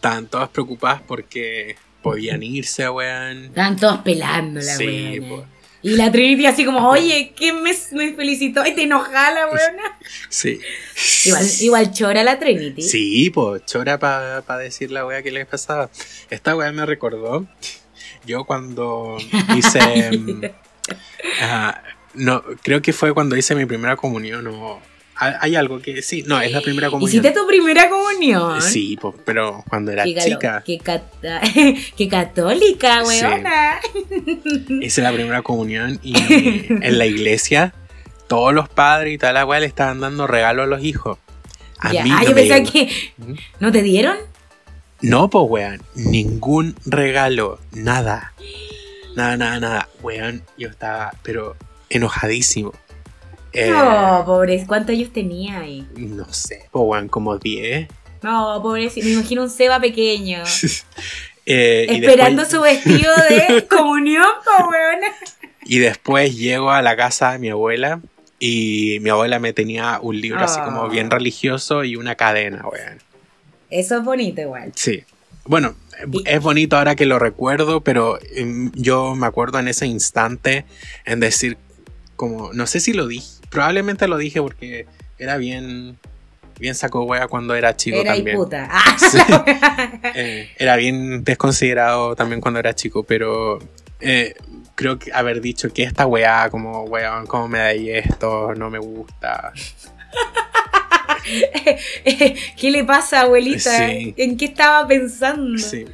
S2: tan todas preocupadas porque podían irse, weón.
S1: Estaban todos pelándola,
S2: Sí,
S1: weona.
S2: po.
S1: Y la Trinity así como, oye, ¿quién me, me felicitó? Y te enojá la weona.
S2: Sí.
S1: Igual, igual chora la Trinity.
S2: Sí, pues chora para decir la weá que les pasaba. Esta weá me recordó. Yo cuando hice. mm, ah, no, creo que fue cuando hice mi primera comunión. O, ha- hay algo que. Sí, no, es la primera comunión.
S1: Hiciste tu primera comunión.
S2: Sí, po, pero cuando era
S1: Qué galo-
S2: chica.
S1: Qué, cata- qué católica,
S2: Sí.
S1: weona.
S2: Hice la primera comunión y en la iglesia todos los padres y tal la weá le estaban dando regalo a los hijos. A
S1: Ya.
S2: mí
S1: ah, yo
S2: no me
S1: pensaba
S2: llegó.
S1: que.
S2: Ujú.
S1: ¿No te dieron?
S2: No, pues, weón. Ningún regalo. Nada. Nada, nada, nada. Weón, yo estaba, pero enojadísimo. Eh,
S1: No, pobres. ¿Cuántos años tenía ahí?
S2: No sé, pues, weón, como 10.
S1: No, pobres. Me imagino un Seba pequeño.
S2: Eh, y
S1: Esperando
S2: después-
S1: su vestido de comunión, po, weona.
S2: Y después llego a la casa de mi abuela y mi abuela me tenía un libro así como
S1: Ah.
S2: bien religioso y una cadena, weón.
S1: Eso es bonito, igual.
S2: Sí. Bueno,
S1: Y-
S2: es bonito ahora que lo recuerdo, pero em, yo me acuerdo en ese instante en decir, como, no sé si lo dije, probablemente lo dije porque era bien, bien saco hueá cuando era chico
S1: Era y
S2: también.
S1: puta. Ah,
S2: Sí.
S1: la wea.
S2: Eh, era bien desconsiderado también cuando era chico, pero eh, creo que haber dicho que esta weá, como weón, cómo me da esto, no me gusta.
S1: ¿Qué le pasa, abuelita?
S2: Sí.
S1: ¿En qué estaba pensando?
S2: Sí.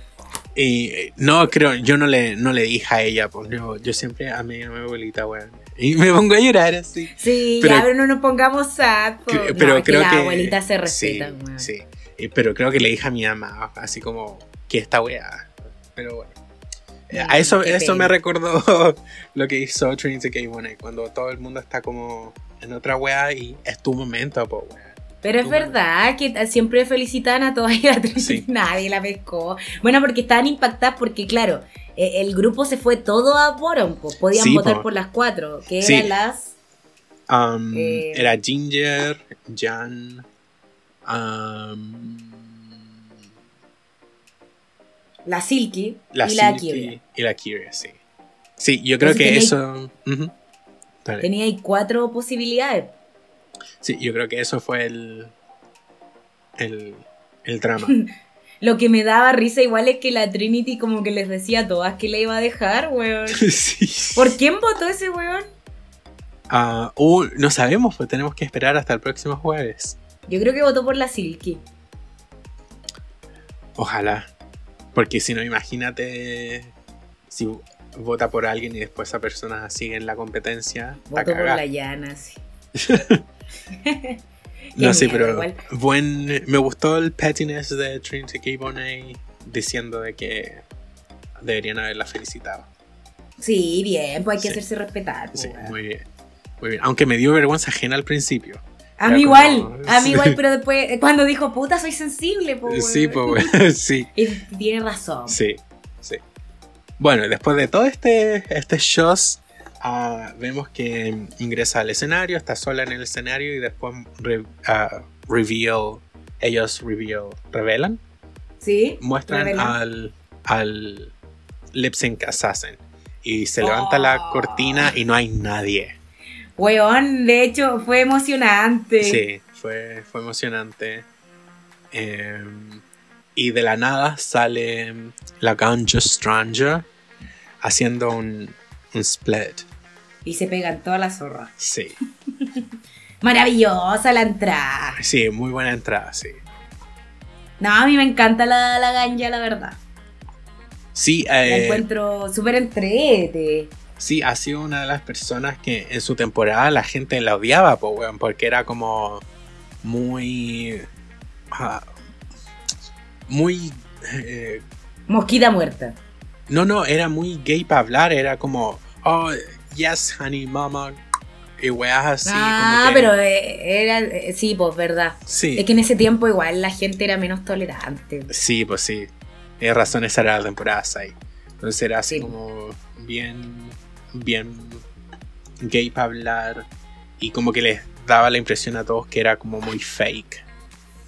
S2: Y eh, no, creo, yo no le, no le dije a ella, pues yo, yo siempre amé a mi abuelita, weón. Y me pongo a llorar así.
S1: Sí,
S2: Pero-
S1: ya, pero no nos pongamos sad. po.
S2: Cre-
S1: Oh, No,
S2: pero
S1: es que
S2: creo
S1: la
S2: que.
S1: abuelita se respeta,
S2: sí,
S1: weón.
S2: sí. Y- pero creo que le dije a mi mamá, así como, que esta weá. Pero bueno. Eh,
S1: Mm,
S2: A eso,
S1: qué
S2: eso
S1: pena.
S2: me recordó lo que hizo Trinity K. Bonet, cuando todo el mundo está como en otra weá y es tu momento, po, weón.
S1: Pero es
S2: Tú,
S1: verdad que t- siempre felicitan a todas y a tres.
S2: Sí.
S1: Nadie la pescó. Bueno, porque estaban impactadas porque, claro, eh, el grupo se fue todo a Boron. Pues podían
S2: Sí,
S1: votar
S2: po.
S1: por las cuatro, que
S2: Sí.
S1: eran las...
S2: Um,
S1: Eh.
S2: Era Ginger, Jan. um,
S1: La Silky
S2: la
S1: y la
S2: Silky
S1: Kyria.
S2: Y la Kyria, sí. Sí, yo creo
S1: Entonces
S2: que
S1: tenía-
S2: eso. ujú. Dale.
S1: Tenía ahí cuatro posibilidades.
S2: Sí, yo creo que eso fue el. el, el drama.
S1: Lo que me daba risa igual es que la Trinity como que les decía a todas que la iba a dejar, weón.
S2: sí.
S1: ¿Por quién votó ese weón?
S2: Ah, uh, no sabemos, pues tenemos que esperar hasta el próximo jueves.
S1: Yo creo que votó por la Silky.
S2: Ojalá. Porque si no, imagínate si vota por alguien y después esa persona sigue en la competencia. está
S1: Votó por
S2: cagada.
S1: la Yana, sí.
S2: No sé,
S1: miedo,
S2: pero
S1: igual.
S2: buen, me gustó el pettiness de Trinity K. Bonet diciendo de que deberían haberla felicitado.
S1: Sí, bien, pues hay que
S2: Sí.
S1: hacerse respetar. pues,
S2: Sí,
S1: weón.
S2: muy bien. Muy bien. Aunque me dio vergüenza ajena al principio.
S1: a mí
S2: Ya
S1: igual,
S2: como-
S1: a mí
S2: sí.
S1: igual, pero después, eh, cuando dijo, puta, soy sensible, pues.
S2: Sí, pues, weón, sí,
S1: tiene razón.
S2: sí, sí. Bueno, después de todo este, este shows, ah, vemos que mm, ingresa al escenario, está sola en el escenario y después re- ah, reveal, ellos reveal, revelan,
S1: ¿Sí?
S2: muestran
S1: Revelan.
S2: al, al lip sync assassin. Y se levanta la
S1: Oh.
S2: cortina y no hay nadie.
S1: Weón, de hecho, fue emocionante.
S2: Sí, fue, fue emocionante. Eh, y de la nada sale la Ganja Stranger haciendo un, un split.
S1: Y se pegan todas las zorras.
S2: Sí,
S1: Maravillosa la entrada.
S2: sí, muy buena entrada, sí.
S1: No, a mí me encanta la, la ganja, la verdad.
S2: Sí,
S1: La
S2: eh,
S1: encuentro súper entrete.
S2: sí, ha sido una de las personas que en su temporada la gente la odiaba, po, weón, porque era como muy. ah, muy. eh,
S1: Mosquita muerta.
S2: no, no, era muy gay para hablar, era como. Oh, yes, honey, mama. Y weas así.
S1: ah,
S2: como que-
S1: pero eh, era. eh, sí, pues, verdad.
S2: Sí.
S1: Es que en ese tiempo igual la gente era menos tolerante.
S2: Sí, pues sí. Tienes razón, esa era la temporada 6. Entonces era así
S1: Sí.
S2: como bien, bien gay para hablar y como que les daba la impresión a todos que era como muy fake.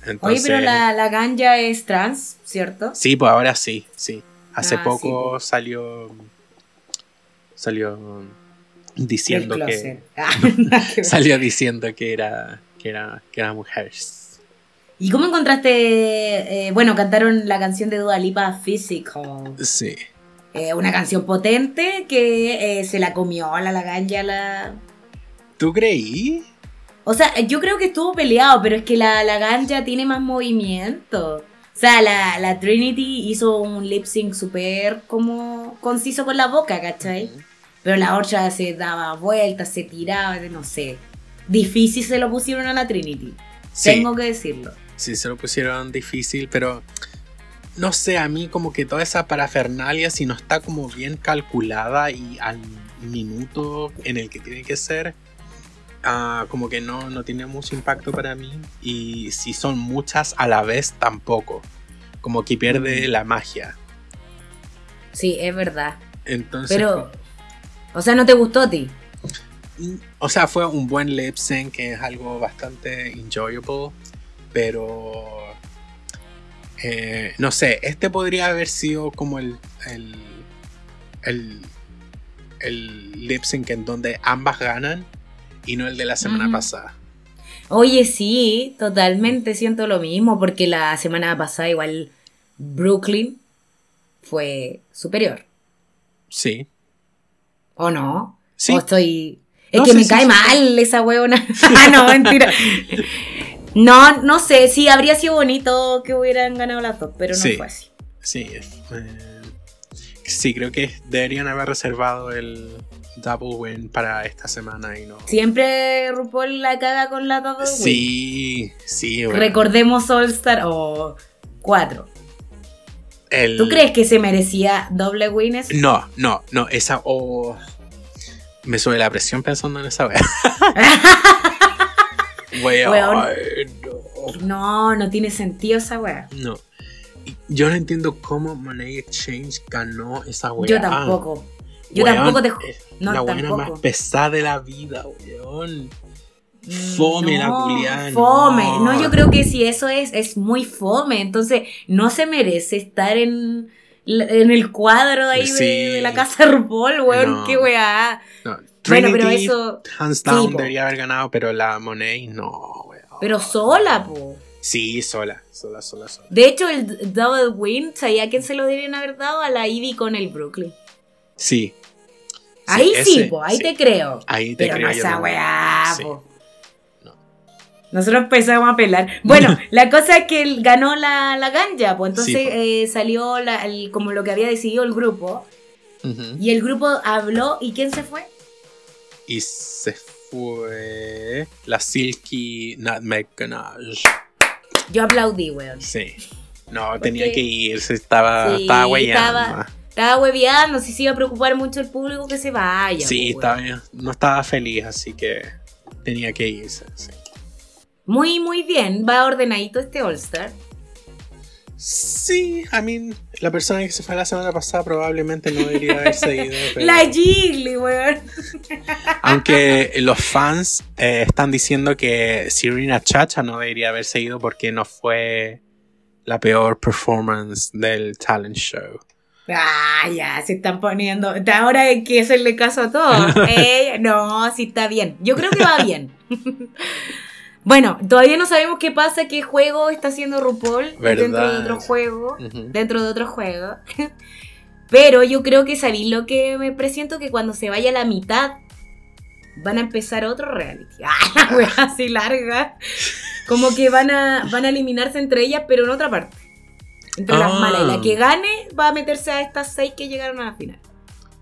S1: Oye,
S2: Entonces,
S1: pero la, la ganja es trans, ¿cierto?
S2: Sí, pues ahora sí, sí. Hace
S1: Ah, sí,
S2: poco salió, salió diciendo
S1: Del
S2: que...
S1: closet. Ah, nada que ver.
S2: Salió diciendo que era, que era, que era mujer.
S1: ¿Y cómo encontraste? eh, bueno, cantaron la canción de Dua Lipa, Physical.
S2: Sí.
S1: Eh, una canción potente que eh, se la comió la laganja. La...
S2: ¿Tú creí?
S1: O sea, yo creo que estuvo peleado, pero es que la laganja tiene más movimiento. O sea, la, la Trinity hizo un lip sync súper como conciso con la boca, ¿cachai? Pero la otra se daba vueltas, se tiraba, no sé. Difícil se lo pusieron a la Trinity.
S2: Sí.
S1: Tengo que decirlo.
S2: Sí, se lo pusieron difícil, pero no sé, a mí como que toda esa parafernalia, si no está como bien calculada y al minuto en el que tiene que ser, ah, como que no, no tiene mucho impacto para mí. Y si son muchas a la vez, tampoco. Como que pierde la magia.
S1: Sí, es verdad.
S2: Entonces,
S1: Pero, o sea, ¿no te gustó a ti?
S2: Mm, O sea, fue un buen lip sync, que es algo bastante enjoyable, pero eh, no sé, este podría haber sido como el, el, el, el lip sync en donde ambas ganan y no el de la semana
S1: Ujú.
S2: pasada.
S1: Oye, sí, totalmente siento lo mismo, porque la semana pasada igual Brooklyn fue superior,
S2: Sí,
S1: ¿o no?
S2: sí,
S1: O estoy... Es
S2: No,
S1: que
S2: sí,
S1: me
S2: sí,
S1: cae
S2: sí.
S1: mal esa huevona. Ah, no, mentira. No, no sé, sí, habría sido bonito que hubieran ganado las dos, pero no
S2: Sí.
S1: fue así.
S2: sí. eh, sí, creo que deberían haber reservado el double win para esta semana y no.
S1: Siempre RuPaul la caga con la dos.
S2: Sí, sí, bueno,
S1: Recordemos All Star o cuatro.
S2: el-
S1: ¿Tú crees que se merecía doble win eso?
S2: No, no, no, esa o me sube la presión pensando en esa wea. Wea,
S1: Weón.
S2: ay, no.
S1: No, no tiene sentido esa weá.
S2: No. Y Yo no entiendo cómo Money Exchange ganó esa wea.
S1: Yo tampoco. Yo
S2: Weón,
S1: tampoco te ju-
S2: es
S1: no,
S2: la buena
S1: tampoco.
S2: más pesada de la vida, weón.
S1: Mm,
S2: Fome la
S1: no,
S2: culiá,
S1: Fome.
S2: no.
S1: No, yo creo que si eso es, es muy fome. Entonces, no se merece estar en, la- en el cuadro ahí de-
S2: Sí.
S1: de, la casa RuPaul, weón.
S2: No.
S1: Qué weá.
S2: No,
S1: Bueno, pero
S2: Trinity,
S1: eso.
S2: Hands down
S1: po.
S2: debería haber ganado, pero la Monet no, weón.
S1: Pero sola, po.
S2: Sí, sola, sola, sola, sola.
S1: De hecho, el double win, ¿sabía a quién se lo deberían haber dado? A la Ivy con el Brooklyn.
S2: Sí.
S1: Ahí sí,
S2: ese-
S1: po, ahí
S2: sí.
S1: te creo.
S2: Ahí te
S1: Pero
S2: creo
S1: no
S2: yo
S1: esa
S2: también.
S1: weá,
S2: Sí.
S1: po.
S2: No.
S1: Nosotros empezamos a pelar. Bueno, la cosa es que él ganó la, la ganja, pues entonces
S2: Sí, po.
S1: eh, salió la- el- como lo que había decidido el grupo.
S2: Ujú.
S1: Y el grupo habló, ¿y quién se fue?
S2: Y se fue la Silky Nutmeg Ganache.
S1: Yo aplaudí, weón.
S2: Sí. No,
S1: Porque-
S2: tenía que irse, estaba,
S1: Sí,
S2: estaba weyando.
S1: estaba- Estaba hueveando, si se iba a preocupar mucho el público que se vaya.
S2: sí,
S1: po,
S2: estaba,
S1: weón.
S2: no estaba feliz, así que tenía que irse. Sí,
S1: Muy, muy bien. Va ordenadito este All-Star.
S2: Sí, I mean, la persona que se fue la semana pasada probablemente no debería haberse ido. pero-
S1: La Jiggly, weón.
S2: Aunque los fans eh, están diciendo que Serena Chacha no debería haberse ido porque no fue la peor performance del talent show.
S1: Ah, ya, se están poniendo. Ahora hay que hacerle caso a todos. Eh, no, sí está bien. Yo creo que va bien. bueno, todavía no sabemos qué pasa, qué juego está haciendo RuPaul dentro de
S2: ¿Verdad?
S1: otro juego.
S2: Ujú.
S1: Dentro de otro juego. Pero yo creo que sabéis lo que me presiento que cuando se vaya la mitad van a empezar otro reality. Ah, la wea así larga. Como que van a, van a eliminarse entre ellas, pero en otra parte. Entre las
S2: Ah.
S1: malas y la que gane va a meterse a estas seis que llegaron a la final.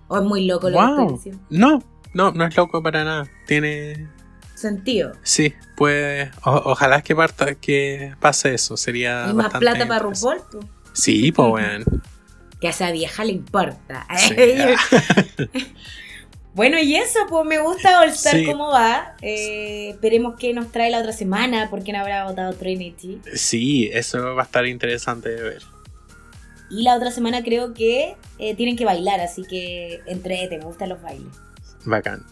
S1: O es muy loco lo que estoy
S2: Wow.
S1: diciendo.
S2: No, no, no es loco para nada. Tiene.
S1: Sentido.
S2: Sí, pues. o- ojalá que parta, que pase eso. Sería.
S1: Hay más
S2: Ah, bastante
S1: plata para
S2: interesante.
S1: RuPaul, po.
S2: Sí, pues weón.
S1: que a esa vieja le importa.
S2: Sí.
S1: bueno, y eso, pues me gusta All Star
S2: Sí.
S1: cómo va. Eh, esperemos qué nos trae la otra semana, porque no habrá votado Trinity.
S2: Sí, eso va a estar interesante de ver.
S1: Y la otra semana creo que eh, tienen que bailar, así que entrete, me gustan los bailes.
S2: Bacán.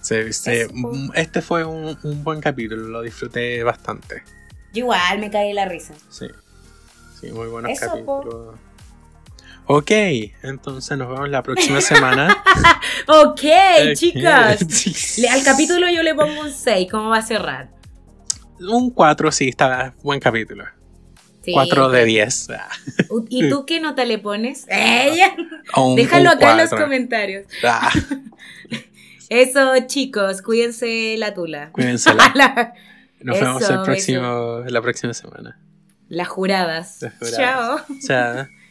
S2: Se- se-
S1: Eso, po.
S2: mm, este fue un, un buen capítulo, lo disfruté bastante.
S1: Yo igual me caí de la risa.
S2: Sí, sí muy buenos
S1: Eso, po.
S2: capítulos. Ok, entonces nos vemos la próxima semana.
S1: Ok,
S2: Ok.
S1: chicas.
S2: Sí.
S1: Le- Al capítulo yo le pongo un 6, ¿cómo va a cerrar?
S2: Un 4, sí, está buen capítulo.
S1: Sí.
S2: 4 de 10. Ah,
S1: U- ¿Y tú qué nota le pones? Ella.
S2: o un-
S1: Déjalo
S2: un
S1: acá en los
S2: cuatro.
S1: comentarios.
S2: Ah,
S1: Eso, chicos, cuídense la tula.
S2: cuídense.
S1: La-
S2: Nos vemos
S1: Eso,
S2: el próximo, la próxima semana.
S1: Las juradas.
S2: Las juradas.
S1: Chao.
S2: Chao.